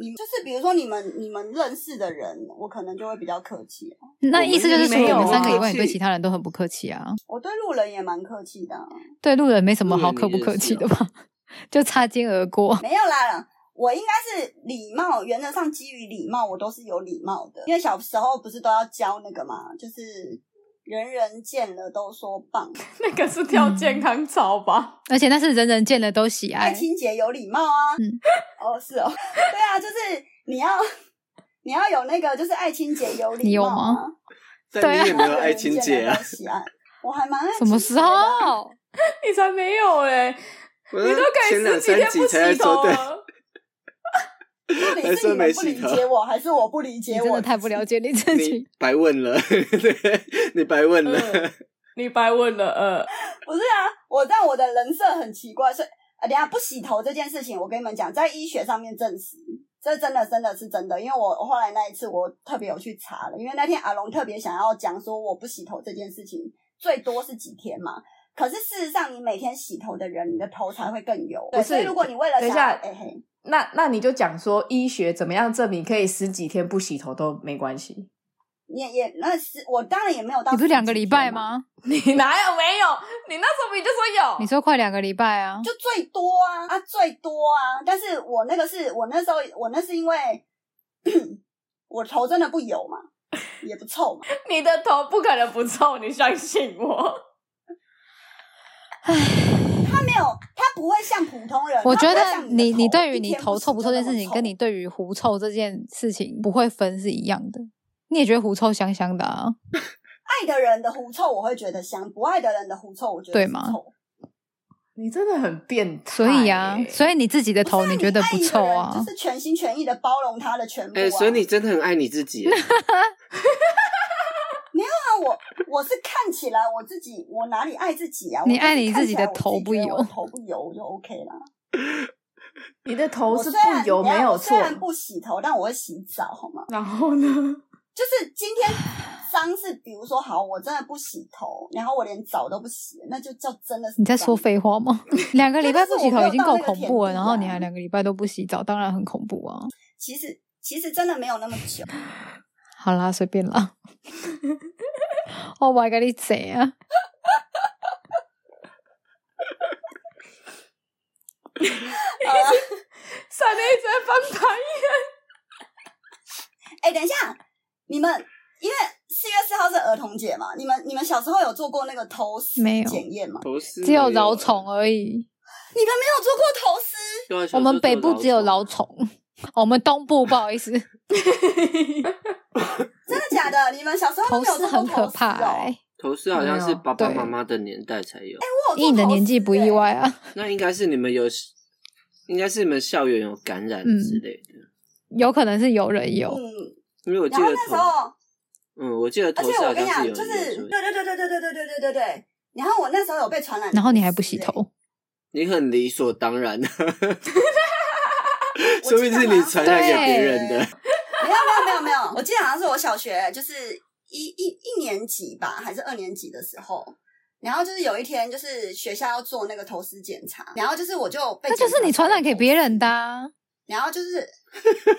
Speaker 2: 你就是比如说你们你们认识的人，我可能就会比较客气啊。
Speaker 4: 那意思就是
Speaker 1: 我
Speaker 4: 说
Speaker 1: 们
Speaker 4: 我们三个以
Speaker 3: 没有啊
Speaker 4: 外，你对其他人都很不客气啊。
Speaker 2: 我对路人也蛮客气的啊、
Speaker 4: 对路人没什么好客不客气的吧？ 就擦肩而过。
Speaker 2: 没有啦，我应该是礼貌，原则上基于礼貌，我都是有礼貌的。因为小时候不是都要教那个嘛，就是人人见了都说棒，
Speaker 1: 那个是跳健康操吧？
Speaker 4: 而且那是人人见了都喜
Speaker 2: 爱
Speaker 4: 爱，
Speaker 2: 清洁有礼貌啊。
Speaker 4: 嗯
Speaker 2: 哦，是哦，对啊，就是你要你要有那个，就是爱清洁有礼
Speaker 4: 你有
Speaker 2: 貌、
Speaker 4: 吗
Speaker 2: 啊。
Speaker 4: 对啊
Speaker 3: 但你也没有爱清洁
Speaker 2: 见了
Speaker 3: 啊
Speaker 2: 都！喜爱，我还蛮爱
Speaker 4: 什么
Speaker 2: 清
Speaker 4: 时
Speaker 2: 洁的啊
Speaker 4: 候？
Speaker 1: 你才没有嘞、
Speaker 3: 我
Speaker 1: 啊你都可以
Speaker 3: 前两
Speaker 1: 十几天
Speaker 3: 三
Speaker 1: 不
Speaker 3: 集才
Speaker 1: 洗
Speaker 3: 在
Speaker 1: 头啊
Speaker 3: 说对，
Speaker 1: 了。
Speaker 2: 到底
Speaker 3: 还
Speaker 2: 是
Speaker 3: 说
Speaker 2: 你
Speaker 3: 没
Speaker 2: 们不
Speaker 3: 洗
Speaker 2: 理
Speaker 3: 头
Speaker 2: 解我，还是我不理
Speaker 4: 你
Speaker 2: 解我？
Speaker 4: 真的太不了解你自己
Speaker 3: 你。白问了， 对你白问了。
Speaker 1: 嗯你白问了，呃，
Speaker 2: 不是啊，我让我呃的人设很奇怪，所以啊，等一下不洗头这件事情，我跟你们讲，在医学上面证实，这真的真的是真的，因为我我后来那一次我特别有去查了，因为那天阿龙特别想要讲说我不洗头这件事情最多是几天嘛。可是事实上，你每天洗头的人，你的头才会更油。对
Speaker 1: 不是
Speaker 2: 所以如果你为了
Speaker 1: 等一下
Speaker 2: 想要哎嘿，
Speaker 1: 那那你就讲说医学怎么样证明可以十几天不洗头都没关系？
Speaker 2: 你也也那是我当然也没有到
Speaker 4: 你不是两个礼拜
Speaker 2: 10嘛？
Speaker 4: 吗？
Speaker 1: 你哪有没有？你那时候你就说有，
Speaker 4: 你说快两个礼拜啊，
Speaker 2: 就最多啊啊最多啊！但是我那个是我那时候我那是因为我头真的不油嘛，也不臭嘛。
Speaker 1: 你的头不可能不臭，你相信我。
Speaker 2: 它没有，它不会像普通人。
Speaker 4: 我
Speaker 2: 它不
Speaker 4: 觉
Speaker 2: 会
Speaker 4: 得
Speaker 2: 像
Speaker 4: 你
Speaker 2: 的
Speaker 4: 你
Speaker 2: 头
Speaker 4: 对于
Speaker 2: 一
Speaker 4: 你
Speaker 2: 天
Speaker 4: 头
Speaker 2: 洗
Speaker 4: 臭不
Speaker 2: 就
Speaker 4: 臭这
Speaker 2: 那
Speaker 4: 件
Speaker 2: 么
Speaker 4: 事情，
Speaker 2: 臭
Speaker 4: 跟你对于狐臭这件事情不会分是一样的。你也觉得狐臭香香的啊？
Speaker 2: 爱的人的狐臭，我会觉得香；不爱的人的狐臭，我觉得
Speaker 4: 对
Speaker 2: 是
Speaker 4: 吗
Speaker 2: 臭
Speaker 1: 你真的很变态、
Speaker 4: 所以啊，所以你自己的头
Speaker 2: 不是啊
Speaker 4: 觉得
Speaker 2: 爱
Speaker 4: 不
Speaker 2: 一个
Speaker 4: 臭
Speaker 2: 人
Speaker 4: 啊
Speaker 2: 就？是全心全意的包容他的全部、啊。
Speaker 3: 哎、所以你真的很爱你自己 耶。
Speaker 2: 那我我是看起来我自己，我哪里爱自己啊？
Speaker 4: 你
Speaker 2: 我就是
Speaker 4: 爱你
Speaker 2: 看
Speaker 4: 自己
Speaker 2: 起来
Speaker 4: 的
Speaker 2: 我
Speaker 4: 头不
Speaker 2: 觉得
Speaker 4: 油
Speaker 2: 我头不油我就 OK 了。
Speaker 1: 你的头
Speaker 2: 我
Speaker 1: 是
Speaker 2: 虽
Speaker 1: 不
Speaker 2: 然
Speaker 1: 油
Speaker 2: 等一
Speaker 1: 没
Speaker 2: 下
Speaker 1: 有
Speaker 2: 我
Speaker 1: 错
Speaker 2: 虽。然不洗头，但我会洗澡，好吗？
Speaker 1: 然后呢？
Speaker 2: 就是今 天脏是，比如说好，我真的不洗头，然后我连澡都不洗，那就叫真的是
Speaker 4: 你在说
Speaker 2: 脏
Speaker 4: 废话吗？两个礼拜不洗头已经够恐怖 了，
Speaker 2: 但是我没有到那个田地啊
Speaker 4: 然后你还两个礼拜都不洗澡，当然很恐怖啊！
Speaker 2: 其实其实真的没有那么久，
Speaker 4: 好啦，随便啦。Oh my god，你贼啊！
Speaker 1: 闪了一直在翻白眼。
Speaker 2: 哎、等一下，你们因为四月四号是儿童节嘛，你们你们小时候有做过那个头丝
Speaker 4: 没有
Speaker 2: 检验吗？
Speaker 3: 头丝
Speaker 4: 只有啊
Speaker 3: 没
Speaker 4: 饶虫，而已。
Speaker 2: 你们没有做过头丝？
Speaker 3: 对啊小时
Speaker 4: 我
Speaker 3: 候
Speaker 4: 们北部只有
Speaker 3: 老
Speaker 4: 饶虫， 我们东部不好意思，
Speaker 2: 真的假的？你们小时候
Speaker 4: 头
Speaker 2: 没有
Speaker 4: 丝
Speaker 2: 做过
Speaker 4: 很可
Speaker 2: 头丝
Speaker 4: 怕
Speaker 2: 哦
Speaker 4: 哎、
Speaker 3: 头丝好像
Speaker 1: 没
Speaker 3: 是
Speaker 1: 有
Speaker 3: 爸爸
Speaker 4: 对
Speaker 3: 妈妈的年代才有，
Speaker 2: 我有哦做
Speaker 4: 欸以你的
Speaker 2: 头
Speaker 4: 年纪
Speaker 2: 丝
Speaker 4: 不意
Speaker 2: 哎
Speaker 4: 外啊。
Speaker 3: 那应该是你们有，应该是你们校园有感染
Speaker 4: 嗯
Speaker 3: 之类的，
Speaker 4: 有可能是有人有，
Speaker 2: 嗯，
Speaker 3: 因为我记
Speaker 2: 然后
Speaker 3: 得
Speaker 2: 那时
Speaker 3: 头，
Speaker 2: 候，
Speaker 3: 嗯，我记得
Speaker 2: 而
Speaker 3: 头
Speaker 2: 且
Speaker 3: 丝
Speaker 2: 我
Speaker 3: 好
Speaker 2: 跟你
Speaker 3: 像
Speaker 2: 讲，
Speaker 3: 有
Speaker 2: 就
Speaker 3: 人
Speaker 2: 是
Speaker 3: 有
Speaker 2: 对对
Speaker 3: 说，
Speaker 2: 对对对对对对对对对。然后我那时候有被传染，
Speaker 4: 然后你还不
Speaker 2: 欸
Speaker 4: 洗，头，
Speaker 3: 你很理所当然的，
Speaker 2: 我
Speaker 3: 说
Speaker 2: 记
Speaker 3: 明
Speaker 2: 得
Speaker 3: 是
Speaker 2: 好
Speaker 3: 你
Speaker 2: 像
Speaker 3: 传染给别
Speaker 4: 对
Speaker 3: 人的。
Speaker 2: 没有没有没有没有，我记得好像是我小学就是一一一年级吧，还是二年级的时候。然后就是有一天，就是学校要做那个头丝检查，然后就是我就被
Speaker 4: 那就是你传染给别人的、啊。
Speaker 2: 检查出来有头丝，然后就是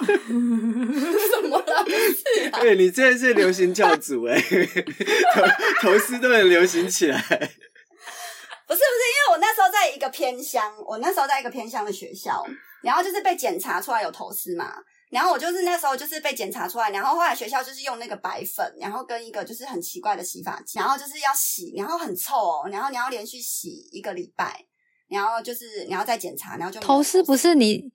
Speaker 2: 什么啦？不是啊
Speaker 3: 哎、你真的是流行教主哎、 头头丝都很流行起来。
Speaker 2: 不是不是，因为我那时候在一个偏乡，我那时候在一个偏乡的学校，然后就是被检查出来有头丝嘛，然后我就是那时候就是被检查出来，然后后来学校就是用那个白粉，然后跟一个就是很奇怪的洗发剂，然后就是要洗，然后很臭哦，然后你要连续洗一个礼拜，然后就是你要再检查，然后就没有
Speaker 4: 头丝不是你，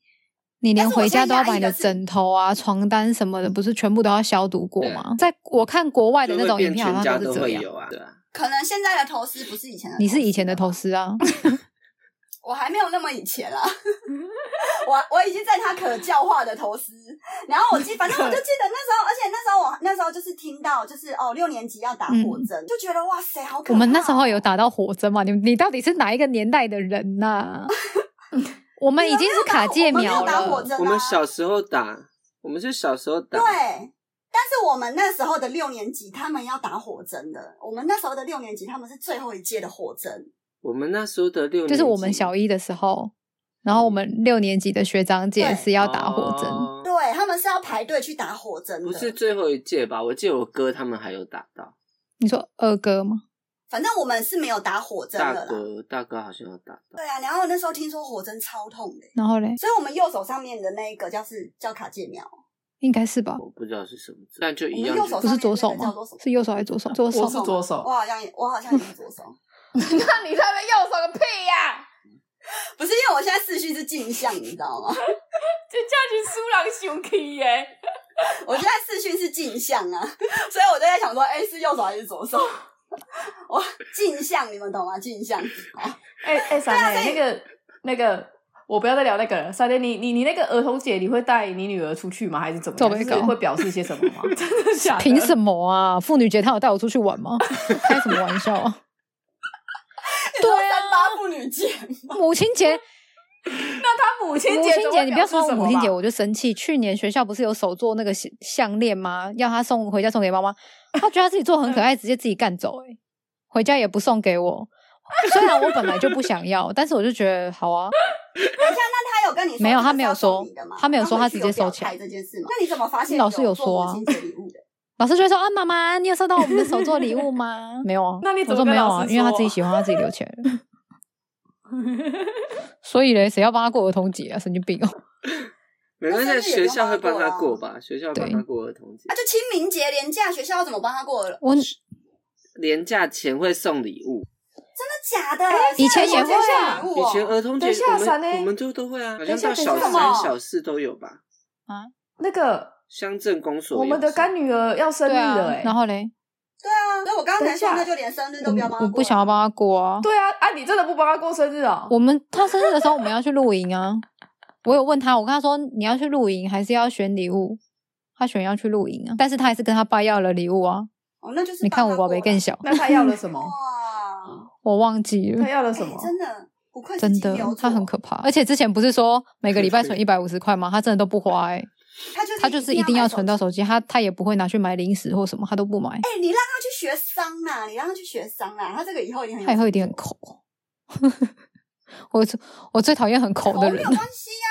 Speaker 4: 你连
Speaker 2: 但是我
Speaker 4: 回家
Speaker 2: 现
Speaker 4: 都
Speaker 2: 在
Speaker 4: 要
Speaker 2: 压抑
Speaker 4: 把你
Speaker 2: 的
Speaker 4: 的
Speaker 2: 是嗯
Speaker 4: 枕头啊、床单什么的，不是全部都要消毒过吗？在我看国外的 那种影片，好像
Speaker 3: 就会变全家都
Speaker 4: 都是这
Speaker 3: 会
Speaker 4: 样。
Speaker 3: 有啊，对啊，
Speaker 2: 可能现在的头丝不是以前的，
Speaker 4: 你是以前的头，丝啊，
Speaker 2: 我还没有那么以前啦。我我已经在他可教化的头丝，然后我记，反正我就记得那时候，而且那时候我那时候就是听到，就是哦六年级要打火针，就觉得哇塞，好可怕、
Speaker 4: 嗯
Speaker 2: 哦
Speaker 4: 我们那时候有，打到火针嘛？你你到底是哪一个年代的人呐、我们已经是卡介
Speaker 2: 我
Speaker 4: 苗
Speaker 2: 们没有打火
Speaker 4: 了，
Speaker 2: 针、啊，
Speaker 3: 我们小时候打，我们是小时候打
Speaker 2: 对。，但是我们那时候的六年级，他们要打火针的。我们那时候的六年级，他们是最后一届的火针。
Speaker 3: 我们那时候的六年级，
Speaker 4: 就是我们小一的时候，然后我们六年级的学长姐
Speaker 2: 嗯对
Speaker 4: 是要打火针。
Speaker 3: 哦
Speaker 2: 对，他们是要排队去打火针的。
Speaker 3: 不是，最后一届吧？我记得我哥他们还有打到，
Speaker 4: 你说二哥吗？
Speaker 2: 反正我们是没有打火针
Speaker 3: 大
Speaker 2: 的啦。
Speaker 3: 哥大哥好像有打到，
Speaker 2: 对啊，然后那时候听说火针超痛的，
Speaker 4: 然后嘞，
Speaker 2: 所以我们右手上面的那一个叫是叫卡介苗，
Speaker 4: 应该是吧？
Speaker 3: 我不知道是什么，但就一
Speaker 2: 我们
Speaker 3: 样就。
Speaker 2: 右手
Speaker 4: 不
Speaker 2: 上
Speaker 4: 是
Speaker 2: 面
Speaker 4: 左
Speaker 2: 那
Speaker 4: 手
Speaker 2: 个叫
Speaker 4: 吗
Speaker 2: 做什么？
Speaker 4: 是右手还是左手？左手
Speaker 1: 啊我是左手
Speaker 2: 我，好像也我好像也是左手，
Speaker 1: 那你那边右手个屁呀、
Speaker 2: 不是因为我现在视讯是镜像，你知道吗？
Speaker 1: 就叫你输人生气耶！
Speaker 2: 我现在视讯是镜像啊，所以我就在想说，哎、是右手还是左手？ 我镜像，你们懂吗？镜像，好
Speaker 1: 哎哎，闪雷那个那个，我不要再聊那个了。闪雷，你你你那个儿童节，你会带你女儿出去吗？还是怎么
Speaker 4: 走
Speaker 1: 样？
Speaker 4: 呗
Speaker 1: 就是
Speaker 4: 搞
Speaker 1: 会表示些什么 吗？真的假的？
Speaker 4: 凭什么啊？妇女节她有带我出去玩吗？开什么玩笑啊！对啊
Speaker 2: 三八妇女节，
Speaker 4: 母亲节，
Speaker 1: 那他母亲
Speaker 4: 母
Speaker 1: 节
Speaker 4: 亲
Speaker 1: 总
Speaker 4: 节，
Speaker 1: 会
Speaker 4: 你不
Speaker 1: 表
Speaker 4: 要
Speaker 1: 述
Speaker 4: 说我
Speaker 1: 什么
Speaker 4: 母亲
Speaker 1: 吧
Speaker 4: 节，我就生气。去年学校不是有手做那个项项链吗？要他送回家送给妈妈，他觉得他自己做很可爱，直接自己干走、欸，回家也不送给我。虽然我本来就不想要，但是我就觉得好啊，
Speaker 2: 他有跟你说
Speaker 4: 没有
Speaker 2: 这个
Speaker 4: 他
Speaker 2: 是
Speaker 4: 没有
Speaker 2: 要送
Speaker 4: 说
Speaker 2: 你的吗
Speaker 4: 他没有说
Speaker 2: 回
Speaker 4: 他
Speaker 2: 去
Speaker 4: 直接
Speaker 2: 有表
Speaker 4: 收起来
Speaker 2: 态这件事吗？那你怎么发现
Speaker 4: 老师
Speaker 2: 有
Speaker 4: 有说啊
Speaker 2: 做母亲节礼物的？
Speaker 4: 老师就会说啊，妈妈，你有收到我们的手做礼物吗？ 没有啊，
Speaker 1: 那你怎么
Speaker 4: 我说
Speaker 1: 跟
Speaker 4: 没有
Speaker 1: 老
Speaker 4: 啊？
Speaker 1: 师
Speaker 4: 因为他
Speaker 1: 说
Speaker 4: 自己
Speaker 1: 啊
Speaker 4: 喜欢，他自己留起来了。所以嘞，谁要帮他过儿童节啊？神经病哦！
Speaker 3: 没关
Speaker 2: 那
Speaker 3: 系，
Speaker 2: 生日也不
Speaker 3: 学
Speaker 2: 用
Speaker 3: 校会帮
Speaker 2: 帮他
Speaker 3: 他
Speaker 2: 过
Speaker 3: 过
Speaker 2: 啊
Speaker 3: 吧，学校帮
Speaker 4: 对
Speaker 3: 他过儿童节
Speaker 2: 啊，，就清明节连假，学校要怎么帮他过？真的
Speaker 4: 我
Speaker 3: 年假前会送礼物，
Speaker 2: 假的？
Speaker 4: 以前
Speaker 2: 现在有
Speaker 4: 也
Speaker 2: 学
Speaker 4: 会
Speaker 2: 校
Speaker 1: 啊
Speaker 2: 礼物
Speaker 3: 以
Speaker 2: 哦
Speaker 3: 前儿童节
Speaker 1: 等一下
Speaker 3: 我
Speaker 1: 闪呢
Speaker 3: 们我们就都会啊，好
Speaker 1: 等
Speaker 3: 像
Speaker 1: 一下
Speaker 3: 到小
Speaker 1: 等一下
Speaker 2: 什
Speaker 3: 三
Speaker 2: 么
Speaker 3: 小四都有吧，
Speaker 1: 那个
Speaker 3: 乡镇公所
Speaker 1: 我们的
Speaker 3: 有送
Speaker 1: 干女儿要生日
Speaker 4: 对
Speaker 1: 了、
Speaker 4: 啊
Speaker 1: 欸，，
Speaker 4: 然后嘞，
Speaker 2: 对啊，所以我刚才说，
Speaker 1: 等一下
Speaker 2: 那就连生日
Speaker 4: 我
Speaker 2: 都不要帮他过
Speaker 4: 嗯我不想要帮他过啊。
Speaker 1: 对啊，啊，你真的不帮她过生日哦？
Speaker 4: 我们他生日的时候，我们要去露营啊。我有问他，我跟他说你要去露营还是要选礼物？他选要去露营啊，但是他还是跟他爸要了礼物啊。
Speaker 2: 哦，那就是
Speaker 4: 你看
Speaker 2: 帮
Speaker 4: 我
Speaker 2: 他
Speaker 4: 宝
Speaker 2: 过
Speaker 4: 贝
Speaker 2: 了
Speaker 4: 更小，
Speaker 1: 那她要了什 么？
Speaker 2: 哇，
Speaker 4: 我忘记了
Speaker 1: 她，啊要了什
Speaker 2: 哎
Speaker 1: 么？
Speaker 2: 真的不愧是
Speaker 4: 真
Speaker 2: 金
Speaker 4: 的
Speaker 2: 牛座，
Speaker 4: 他很可怕。而且之前不是说每个礼拜存一百五十块吗？他真的都不花哎、
Speaker 2: 他就是
Speaker 4: 他就是
Speaker 2: 一
Speaker 4: 一定要存到
Speaker 2: 手。
Speaker 4: 手机，他他也不会拿去买零食或什么，他都不买，
Speaker 2: 哎，你让他去学商啦，你让他去学商啦，他这个以后一定很
Speaker 4: 他以后一定很抠。我最我最讨厌很抠的
Speaker 2: 没
Speaker 4: 人
Speaker 2: 有
Speaker 4: 了。
Speaker 2: 关系啊。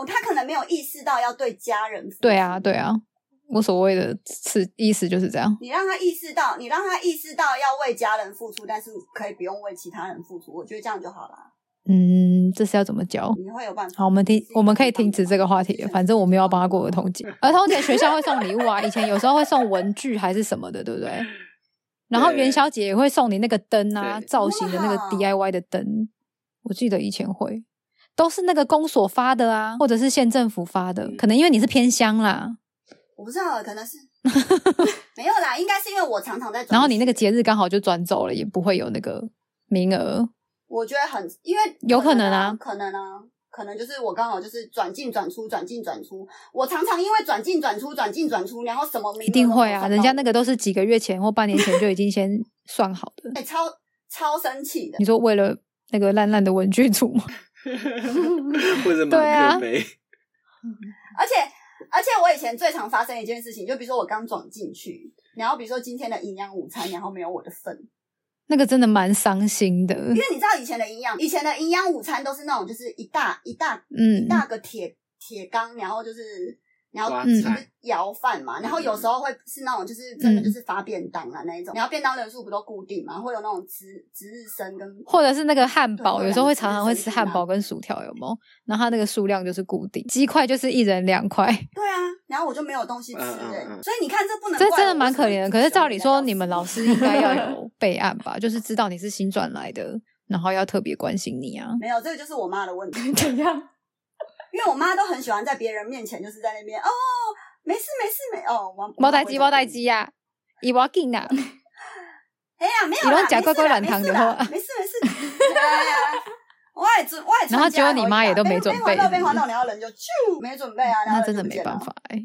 Speaker 2: 哦，他可能没有意识到要对家人。
Speaker 4: 对啊，。对啊，我所谓的是意思就是这样。
Speaker 2: 你让他意识到，你让他意识到要为家人付出，但是可以不用为其他人付出，我觉得这样就好了。
Speaker 4: 嗯，这是要怎么教？
Speaker 2: 你会有办法。
Speaker 4: 好，我们停
Speaker 2: 你是，
Speaker 4: 我们可以
Speaker 2: 有办
Speaker 4: 停止
Speaker 2: 法
Speaker 4: 这个话题了。反正我没有要帮他过儿童节，儿童节学校会送礼物啊，以前有时候会送文具还是什么的，对不对？然后
Speaker 3: 对
Speaker 4: 元宵节也会送你那个灯啊，
Speaker 3: 对
Speaker 4: 造型的那个
Speaker 2: 哇
Speaker 4: DIY 的灯，我记得以前会，都是那个公所发的啊，或者是县政府发的，
Speaker 3: 嗯
Speaker 4: 可能因为你是偏乡啦，
Speaker 2: 我不知道，可能是 没有啦，应该是因为我常常在转。
Speaker 4: 然后你那个，节日刚好就转走了，也不会有那个名额。
Speaker 2: 我觉得很，因为
Speaker 4: 有可能
Speaker 2: 啊
Speaker 4: 啊，
Speaker 2: 可能啊，可能就是我刚好就是转进转出，转进转出。我常常因为转进转出，转进转出，然后什么名额
Speaker 4: 一定
Speaker 2: 都
Speaker 4: 会
Speaker 2: 没有
Speaker 4: 啊，
Speaker 2: 上
Speaker 4: 人
Speaker 2: 到
Speaker 4: 家那个都是几个月前或半年前就已经先算好的。
Speaker 2: 哎、超超生气的
Speaker 4: 你。说为了那个烂烂的文具组吗？
Speaker 3: 或者
Speaker 4: 对
Speaker 3: 马克
Speaker 4: 啊
Speaker 3: 杯，
Speaker 2: 而且而且我以前最常发生一件事情，就比如说我刚转进去，然后比如说今天的营养午餐，然后没有我的份，
Speaker 4: 那个真的蛮伤心的。
Speaker 2: 因为你知道以前的营养，以前的营养午餐都是那种就是一大一大一
Speaker 4: 嗯，
Speaker 2: 大个铁铁缸，然后就是然后
Speaker 3: 花
Speaker 2: 就
Speaker 3: 菜
Speaker 2: 是舀饭嘛，然后有时候会是那种就是真的
Speaker 4: 嗯
Speaker 2: 就是发便当啊那一种，然后便当人数不都固定嘛，会有那种值值日生跟
Speaker 4: 或者是那个汉堡，
Speaker 2: 对
Speaker 4: 有时候会常常会吃汉堡跟薯条，有没有？然后它那个数量就是固定，鸡块就是一人两块，
Speaker 2: 对啊，然后我就没有东西吃、
Speaker 3: 嗯嗯
Speaker 2: 欸，
Speaker 3: 嗯
Speaker 2: 所以你看这不能
Speaker 4: 这
Speaker 2: 怪
Speaker 4: 真的
Speaker 2: 我
Speaker 4: 蛮
Speaker 2: 为什么
Speaker 4: 可怜的。
Speaker 2: 自己
Speaker 4: 可是
Speaker 2: 生
Speaker 4: 照
Speaker 2: 病
Speaker 4: 理
Speaker 2: 了
Speaker 4: 说，
Speaker 2: 要
Speaker 4: 你们
Speaker 2: 死
Speaker 4: 老师应该要有备案吧？就是知道你是新转来的，然后要特别关心你啊。
Speaker 2: 没有这个就是我妈的问题，
Speaker 1: 怎样？
Speaker 2: 因为我妈都很喜欢在别人面前就是在那边哦。没事没事没哦，我
Speaker 4: 包代鸡，包代，鸡呀，伊啊瓦吉 呐，
Speaker 2: 哎呀没有
Speaker 4: 你
Speaker 2: 啦，
Speaker 4: 拢吃
Speaker 2: 没事
Speaker 4: 乖乖
Speaker 2: 啦
Speaker 4: 软糖
Speaker 2: 没
Speaker 4: 就
Speaker 2: 事
Speaker 4: 好
Speaker 2: 啦没事没事，哎呀我也准我也
Speaker 4: 然后
Speaker 2: 参加
Speaker 4: 结果你
Speaker 2: 而已
Speaker 4: 妈也
Speaker 2: 啦
Speaker 4: 都
Speaker 2: 边
Speaker 4: 没准备
Speaker 2: 边滑到
Speaker 4: 是
Speaker 2: 边
Speaker 4: 不
Speaker 2: 滑
Speaker 4: 是
Speaker 2: 到，然后人就啾没准备啊，然后人
Speaker 4: 那真的
Speaker 2: 就不
Speaker 4: 没
Speaker 2: 见
Speaker 4: 办
Speaker 2: 了
Speaker 4: 法哎。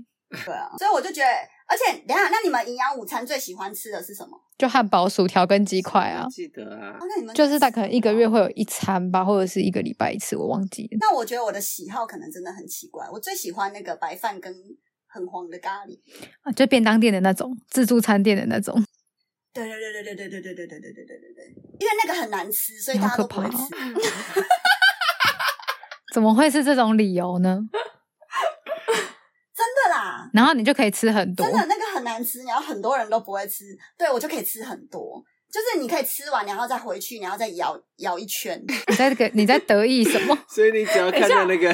Speaker 2: 对啊，所以我就觉得，而且等一下，那你们营养午餐最喜欢吃的是什么？
Speaker 4: 就汉堡、薯条跟鸡块 啊
Speaker 3: 我，记得啊
Speaker 2: 啊，，那你们
Speaker 4: 就是大概可能一个月会有一餐吧，或者是一个礼拜一次，我忘记了。
Speaker 2: 那我觉得我的喜好可能真的很奇怪，我最喜欢那个白饭跟很黄的咖喱。
Speaker 4: 啊，就便当店的那种，自助餐店的那种。
Speaker 2: 对对对对对对对对对对对对对对，因为那个很难吃，所以
Speaker 4: 你好
Speaker 2: 大家都
Speaker 4: 可
Speaker 2: 不会
Speaker 4: 怕哦
Speaker 2: 吃。
Speaker 4: 怎么会是这种理由呢？
Speaker 2: 真的啦，
Speaker 4: 然后你就可以吃很多
Speaker 2: 真，的那个很难吃，然后很多人都不会吃，对我就可以吃很多。就是你可以吃完，然后再回去，然后再摇摇一圈。
Speaker 4: 你在 这个你在得意什么？
Speaker 3: 所以你只要看到那个，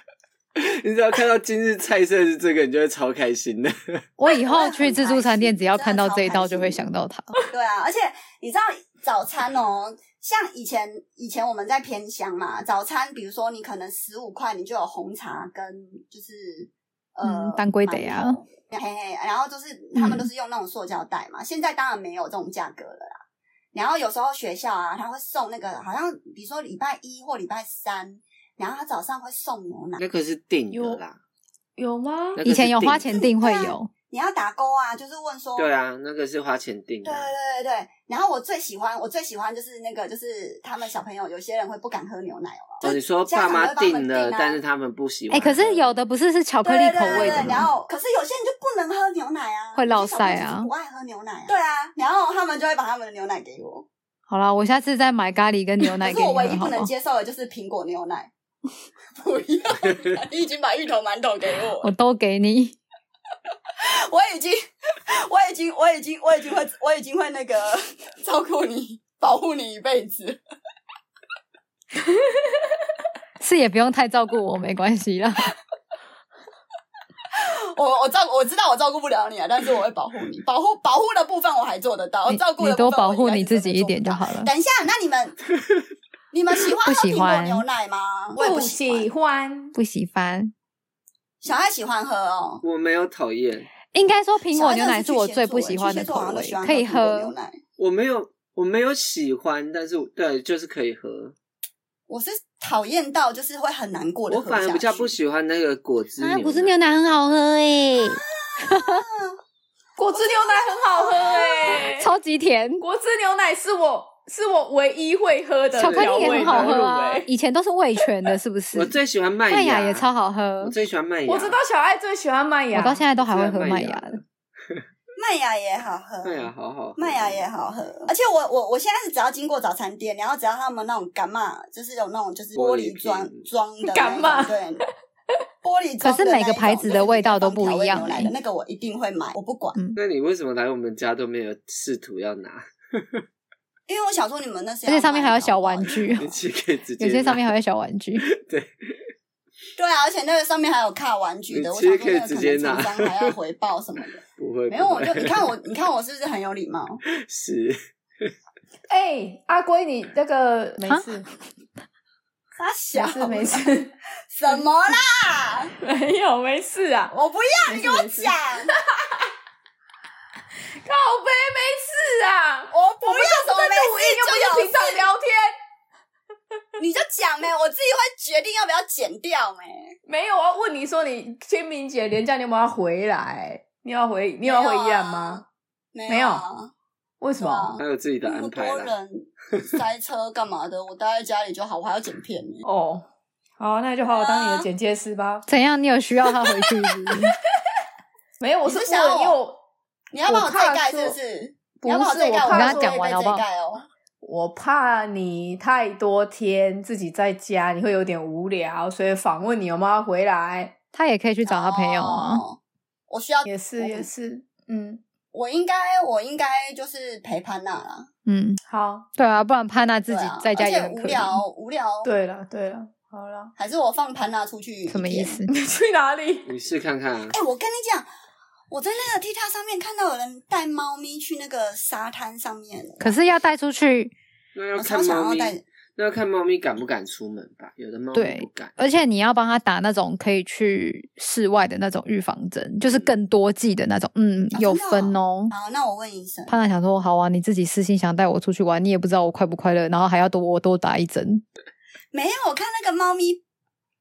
Speaker 3: 你只要看到今日菜色是这个，你就会超开心 的。
Speaker 4: 我以后去自助餐店，
Speaker 2: 我也很开心
Speaker 4: 只要看到这一道就会想到它。
Speaker 2: 对啊，而且你知道早餐哦，像以前以前我们在偏乡嘛，早餐比如说你可能十五块，你就有红茶跟就是呃
Speaker 4: 嗯当归得啊
Speaker 2: 馒头嘿嘿，然后就是他们
Speaker 4: 嗯
Speaker 2: 都是用那种塑胶袋嘛，现在当然没有这种价格了啦。然后有时候学校啊，他会送那个，好像比如说礼拜一或礼拜三，然后他早上会送牛奶。
Speaker 3: 那个是定的啦，
Speaker 1: 有吗？
Speaker 3: 那个是
Speaker 4: 以前有
Speaker 3: 定的
Speaker 4: 花钱订会有，
Speaker 2: 你要打勾啊，就是问说，
Speaker 3: 对啊，那个是花钱订的
Speaker 2: 对，对对对对，然后我最喜欢，我最喜欢就是那个，就是他们小朋友有些人会不敢喝牛奶哦，
Speaker 3: 哦，你说
Speaker 2: 家
Speaker 3: 爸
Speaker 2: 长会
Speaker 3: 妈
Speaker 2: 帮我们
Speaker 3: 订了，
Speaker 2: 订啊
Speaker 3: 但是他们不喜
Speaker 4: 哎、
Speaker 3: 欢喝。
Speaker 4: 可是有的不是是巧克
Speaker 2: 对
Speaker 4: 力
Speaker 2: 对
Speaker 4: 口味的
Speaker 2: 对对然
Speaker 4: 吗？
Speaker 2: 后可是有些人就不能喝牛奶啊，
Speaker 4: 会落
Speaker 2: 有些小朋友
Speaker 4: 腮啊
Speaker 2: 就是不爱喝牛奶、啊，对啊，然后他们就会把他们的牛奶给我，
Speaker 4: 好啦，我下次再买咖喱跟牛奶
Speaker 2: 可
Speaker 4: 给
Speaker 2: 是
Speaker 4: 你
Speaker 2: 我
Speaker 4: 喝
Speaker 2: 唯一
Speaker 4: 好
Speaker 2: 不能
Speaker 4: 吗？
Speaker 2: 接受的就是苹果牛奶， 不要，你已经把芋头馒头给我
Speaker 4: 我都给你。
Speaker 2: 我已经，我已经，我已经，我已经会，我已经会那个 照顾你，保护你一辈子。
Speaker 4: 是也不用太照顾我，没关系啦。
Speaker 2: 我我照我知道我照顾不了你啊，但是我会保护你，保护保护的部分 我还做得到，
Speaker 4: 你
Speaker 2: 照顾
Speaker 4: 你
Speaker 2: 的部
Speaker 4: 多
Speaker 2: 分我
Speaker 4: 保
Speaker 2: 应
Speaker 4: 护
Speaker 2: 该
Speaker 4: 你
Speaker 2: 是真
Speaker 4: 自
Speaker 2: 的
Speaker 4: 己一
Speaker 2: 做不
Speaker 4: 点就
Speaker 2: 到。
Speaker 4: 好了。
Speaker 2: 等一下，那你 们你们喜欢
Speaker 4: 不
Speaker 2: 喝
Speaker 4: 喜
Speaker 2: 苹果
Speaker 4: 欢
Speaker 2: 牛奶吗？我也
Speaker 1: 不
Speaker 2: 不喜欢
Speaker 1: 喜，欢，
Speaker 4: 不喜欢，
Speaker 2: 小孩喜欢喝哦。
Speaker 3: 我没有讨厌，
Speaker 4: 应该说苹
Speaker 2: 小
Speaker 4: 果
Speaker 2: 孩
Speaker 4: 牛
Speaker 2: 真
Speaker 4: 奶
Speaker 2: 是
Speaker 4: 是
Speaker 2: 巨
Speaker 4: 我
Speaker 2: 蟹
Speaker 4: 最
Speaker 2: 座
Speaker 4: 不
Speaker 2: 欸
Speaker 4: 喜
Speaker 2: 巨
Speaker 4: 欢
Speaker 2: 蟹
Speaker 4: 的
Speaker 2: 座好
Speaker 4: 口
Speaker 2: 像都
Speaker 4: 味
Speaker 2: 喜欢，
Speaker 4: 可以
Speaker 2: 苹果牛
Speaker 4: 喝。
Speaker 2: 奶。
Speaker 3: 我没有，我没有喜欢，但是我对，就是可以喝。
Speaker 2: 我是讨厌到就是会很难过的
Speaker 3: 我
Speaker 2: 喝下去。
Speaker 3: 反而比较不喜欢那个果汁
Speaker 4: 啊
Speaker 3: 牛奶。
Speaker 4: 奶很好喝 欸诶、
Speaker 1: 果汁牛奶很好喝 哎、
Speaker 4: 超级甜，
Speaker 1: 果汁牛奶是我是我唯一会喝的
Speaker 4: 巧克力
Speaker 1: 调
Speaker 4: 也
Speaker 1: 味
Speaker 4: 很好
Speaker 1: 的哎
Speaker 4: 喝
Speaker 1: 入
Speaker 4: 啊
Speaker 1: 味。
Speaker 4: 以前都是味全的，是不是？
Speaker 3: 我最喜欢麦
Speaker 4: 麦芽也超好喝
Speaker 3: 我，最喜欢麦芽。
Speaker 1: 我知道小爱最喜欢麦芽，
Speaker 4: 我到现在都还会喝
Speaker 3: 最爱
Speaker 4: 麦
Speaker 3: 麦
Speaker 4: 芽
Speaker 3: 芽
Speaker 4: 的。
Speaker 2: 麦芽也好喝，
Speaker 3: 麦芽好好喝，
Speaker 2: 麦芽也好喝，而且我我我现在是只要经过早餐店，然后只要他们那种干嘛，就是有那种就是玻璃装
Speaker 3: 玻璃瓶
Speaker 2: 装的
Speaker 1: 干嘛
Speaker 2: 嘛，对，玻璃装的那一种。
Speaker 4: 可是每个牌子的味道都不一
Speaker 2: 就是
Speaker 4: 样欸
Speaker 2: 放调味牛奶的那个我一定会买，我不管，
Speaker 3: 那你为什么来我们家都没有试图要拿？
Speaker 2: 因为我想说你们那些，
Speaker 4: 而且上面还有小玩具
Speaker 3: 你其实可以直接
Speaker 4: 有
Speaker 3: 拿，
Speaker 4: 些上面还有小玩具，
Speaker 2: 对啊，而且那个上面还有卡玩具的，
Speaker 3: 你
Speaker 2: 我
Speaker 3: 其
Speaker 2: 想
Speaker 3: 实
Speaker 2: 说那个
Speaker 3: 可以直
Speaker 2: 可
Speaker 3: 接
Speaker 2: 能
Speaker 3: 拿
Speaker 2: 厂商还要回报什么 的，
Speaker 3: 不会，
Speaker 2: 没有
Speaker 3: 不
Speaker 2: 我
Speaker 3: 会
Speaker 2: 就你看我你看我是不是很有礼貌？
Speaker 3: 是
Speaker 1: 哎、阿龟你那个没事
Speaker 2: 他
Speaker 1: 没
Speaker 2: 小
Speaker 1: 事没 事
Speaker 2: 什么啦？
Speaker 1: 没有没事啊，
Speaker 2: 我不要，
Speaker 1: 没事
Speaker 2: 你给我
Speaker 1: 没事
Speaker 2: 讲，
Speaker 1: 靠背没事啊，
Speaker 2: 我不
Speaker 1: 我们
Speaker 2: 要
Speaker 1: 这
Speaker 2: 什么
Speaker 1: 是在录音
Speaker 2: 没事
Speaker 1: 又不
Speaker 2: 就有
Speaker 1: 是平常
Speaker 2: 事
Speaker 1: 聊天，
Speaker 2: 你就讲呗，我自己会决定要不要剪掉呗。
Speaker 1: 没有我要问你说你清明节连假你有没有要回来？你有要回你有要回宜兰吗？
Speaker 2: 没有啊，
Speaker 1: 为什么？
Speaker 3: 还有自己的
Speaker 2: 那么多
Speaker 3: 安排 啦。
Speaker 2: 人塞车干嘛的，我待在家里就好，我还要剪片 呢。
Speaker 1: 哦，好，那就好好当你的剪接师吧。
Speaker 4: 怎样？你有需要他回去是不是？
Speaker 1: 没有，我
Speaker 2: 你是想
Speaker 1: 问
Speaker 2: 要
Speaker 1: 因为我
Speaker 2: 你要帮
Speaker 1: 我
Speaker 2: 我
Speaker 1: 怕
Speaker 2: 再盖是
Speaker 1: 说
Speaker 2: 不是？
Speaker 1: 不
Speaker 2: 你要帮我
Speaker 1: 是
Speaker 2: 再盖，
Speaker 1: 我
Speaker 2: 我
Speaker 1: 怕
Speaker 2: 怕
Speaker 1: 说
Speaker 2: 我也被
Speaker 4: 我跟他讲完好不好
Speaker 2: 再盖哦。
Speaker 1: 我怕你太多天自己在家，你会有点无聊，所以访问你有没有要回来？
Speaker 4: 他也可以去找他朋友啊。
Speaker 2: 哦。我需要，
Speaker 1: 也是也是，嗯，
Speaker 2: 我应该，我应该就是陪潘娜啦。
Speaker 4: 嗯，
Speaker 1: 好，
Speaker 4: 对啊，不然怕那自
Speaker 2: 对
Speaker 4: 己
Speaker 2: 啊，
Speaker 4: 在家
Speaker 2: 而
Speaker 4: 也
Speaker 2: 且
Speaker 4: 很
Speaker 2: 无
Speaker 4: 可怜。
Speaker 2: 聊，无聊。
Speaker 1: 对了对了，好了，
Speaker 2: 还是我放潘娜出去？
Speaker 4: 什么意？思？
Speaker 1: 你 去哪里？
Speaker 3: 你试看看啊
Speaker 2: 哎、，我跟你讲，我在那个 T 台上面看到有人带猫咪去那个沙滩上面，
Speaker 4: 可是要带出去，
Speaker 3: 那要
Speaker 2: 我超
Speaker 3: 看
Speaker 2: 想
Speaker 3: 猫
Speaker 2: 要
Speaker 3: 咪，
Speaker 2: 带。
Speaker 3: 那要看猫咪敢不敢出门吧。有的猫
Speaker 4: 对
Speaker 3: 咪不敢，
Speaker 4: 而且你要帮他打那种可以去室外的那种预防针，就是更多剂的那种。嗯，
Speaker 2: 哦
Speaker 4: 有
Speaker 2: 真的哦
Speaker 4: 分哦。
Speaker 2: 好，那我问医生，
Speaker 4: 潘娜想说，好啊，你自己私心想带我出去玩，你也不知道我快不快乐，然后还要多我多打一针。
Speaker 2: 没有？我看那个猫咪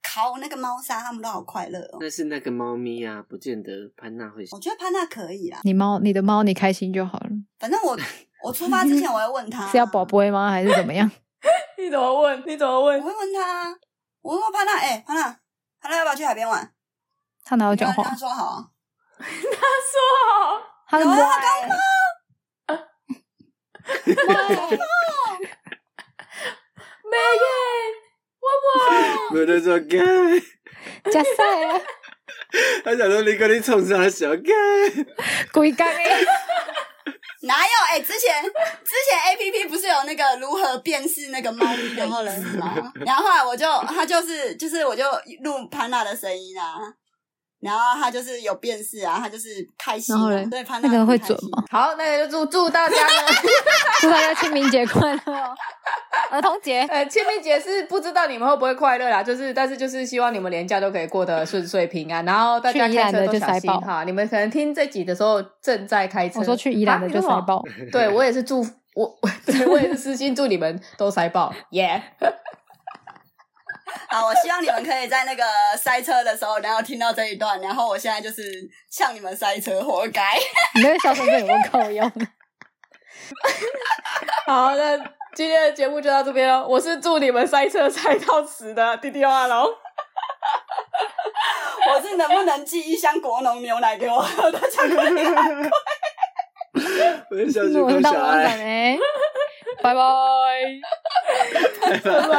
Speaker 2: 烤那个猫砂，他们都好快乐哦。
Speaker 3: 那是那个猫咪啊，不见得潘娜会。
Speaker 2: 我觉得潘娜可以啦，
Speaker 4: 你猫，你的猫，你开心就好了。
Speaker 2: 反正 我我出发之前我会问他，
Speaker 4: 是要宝，贝吗？还是怎么样？
Speaker 1: 你怎么问？你怎么
Speaker 2: 我
Speaker 1: 问？
Speaker 2: 会问他，我问过潘娜，哎、潘娜，潘娜要不要去海边玩？
Speaker 4: 他哪有讲
Speaker 2: 他
Speaker 4: 话？
Speaker 2: 说好啊，
Speaker 1: 他说
Speaker 4: 他是
Speaker 2: 有啊
Speaker 4: 猫。
Speaker 1: 没耶，
Speaker 3: 我在说干，
Speaker 4: 加塞啊，
Speaker 3: 他想说你跟你冲上小干，
Speaker 4: 鬼干哎！
Speaker 2: 哪有？哎、之前之前 A P P 不是有那个如何辨识那个猫咪的意思 吗？然后后来我就他就是就是我就录潘娜的声音啊，然后他就是有辨识啊，他就是开心、
Speaker 4: 然后
Speaker 2: 啊
Speaker 4: 嘞，
Speaker 2: 对潘娜
Speaker 4: 那个
Speaker 2: 很
Speaker 4: 会
Speaker 2: 开
Speaker 4: 准
Speaker 2: 心
Speaker 4: 吗？
Speaker 1: 好，那个就祝祝大家呢，
Speaker 4: 祝大家清明节快乐哦，儿童节。
Speaker 1: 呃，清明节是不知道你们会不会快乐啦，就是但是就是希望你们连假都可以过得顺遂平安，然后大家
Speaker 4: 去宜兰
Speaker 1: 开
Speaker 4: 的
Speaker 1: 车
Speaker 4: 就
Speaker 1: 都小
Speaker 4: 塞
Speaker 1: 心
Speaker 4: 爆
Speaker 1: 哈。你们可能听这集的时候正在开车，
Speaker 4: 我说去宜兰的
Speaker 1: 啊
Speaker 4: 就
Speaker 1: 你为
Speaker 4: 塞。
Speaker 1: 什么
Speaker 4: 爆，
Speaker 1: 对我也 是祝我，我对我也是私心祝你们都塞爆，耶、
Speaker 2: 好，我希望你们可以在那个塞车的时候，然后听到这一段，然后我现在就是向你们塞车，活该。
Speaker 4: 你那个小手背有没有够用？
Speaker 1: 好，那今天的节目就到这边了。我是祝你们塞车塞到死的弟弟阿龙。
Speaker 2: 我是能不能寄一箱国农牛奶给我 喝的巧克力？
Speaker 3: 我是小
Speaker 4: 我
Speaker 3: 猪
Speaker 4: 是
Speaker 3: 跟
Speaker 4: 大
Speaker 3: 小
Speaker 4: 王
Speaker 3: 爱
Speaker 4: 奶。奶，拜拜。
Speaker 1: 拜拜。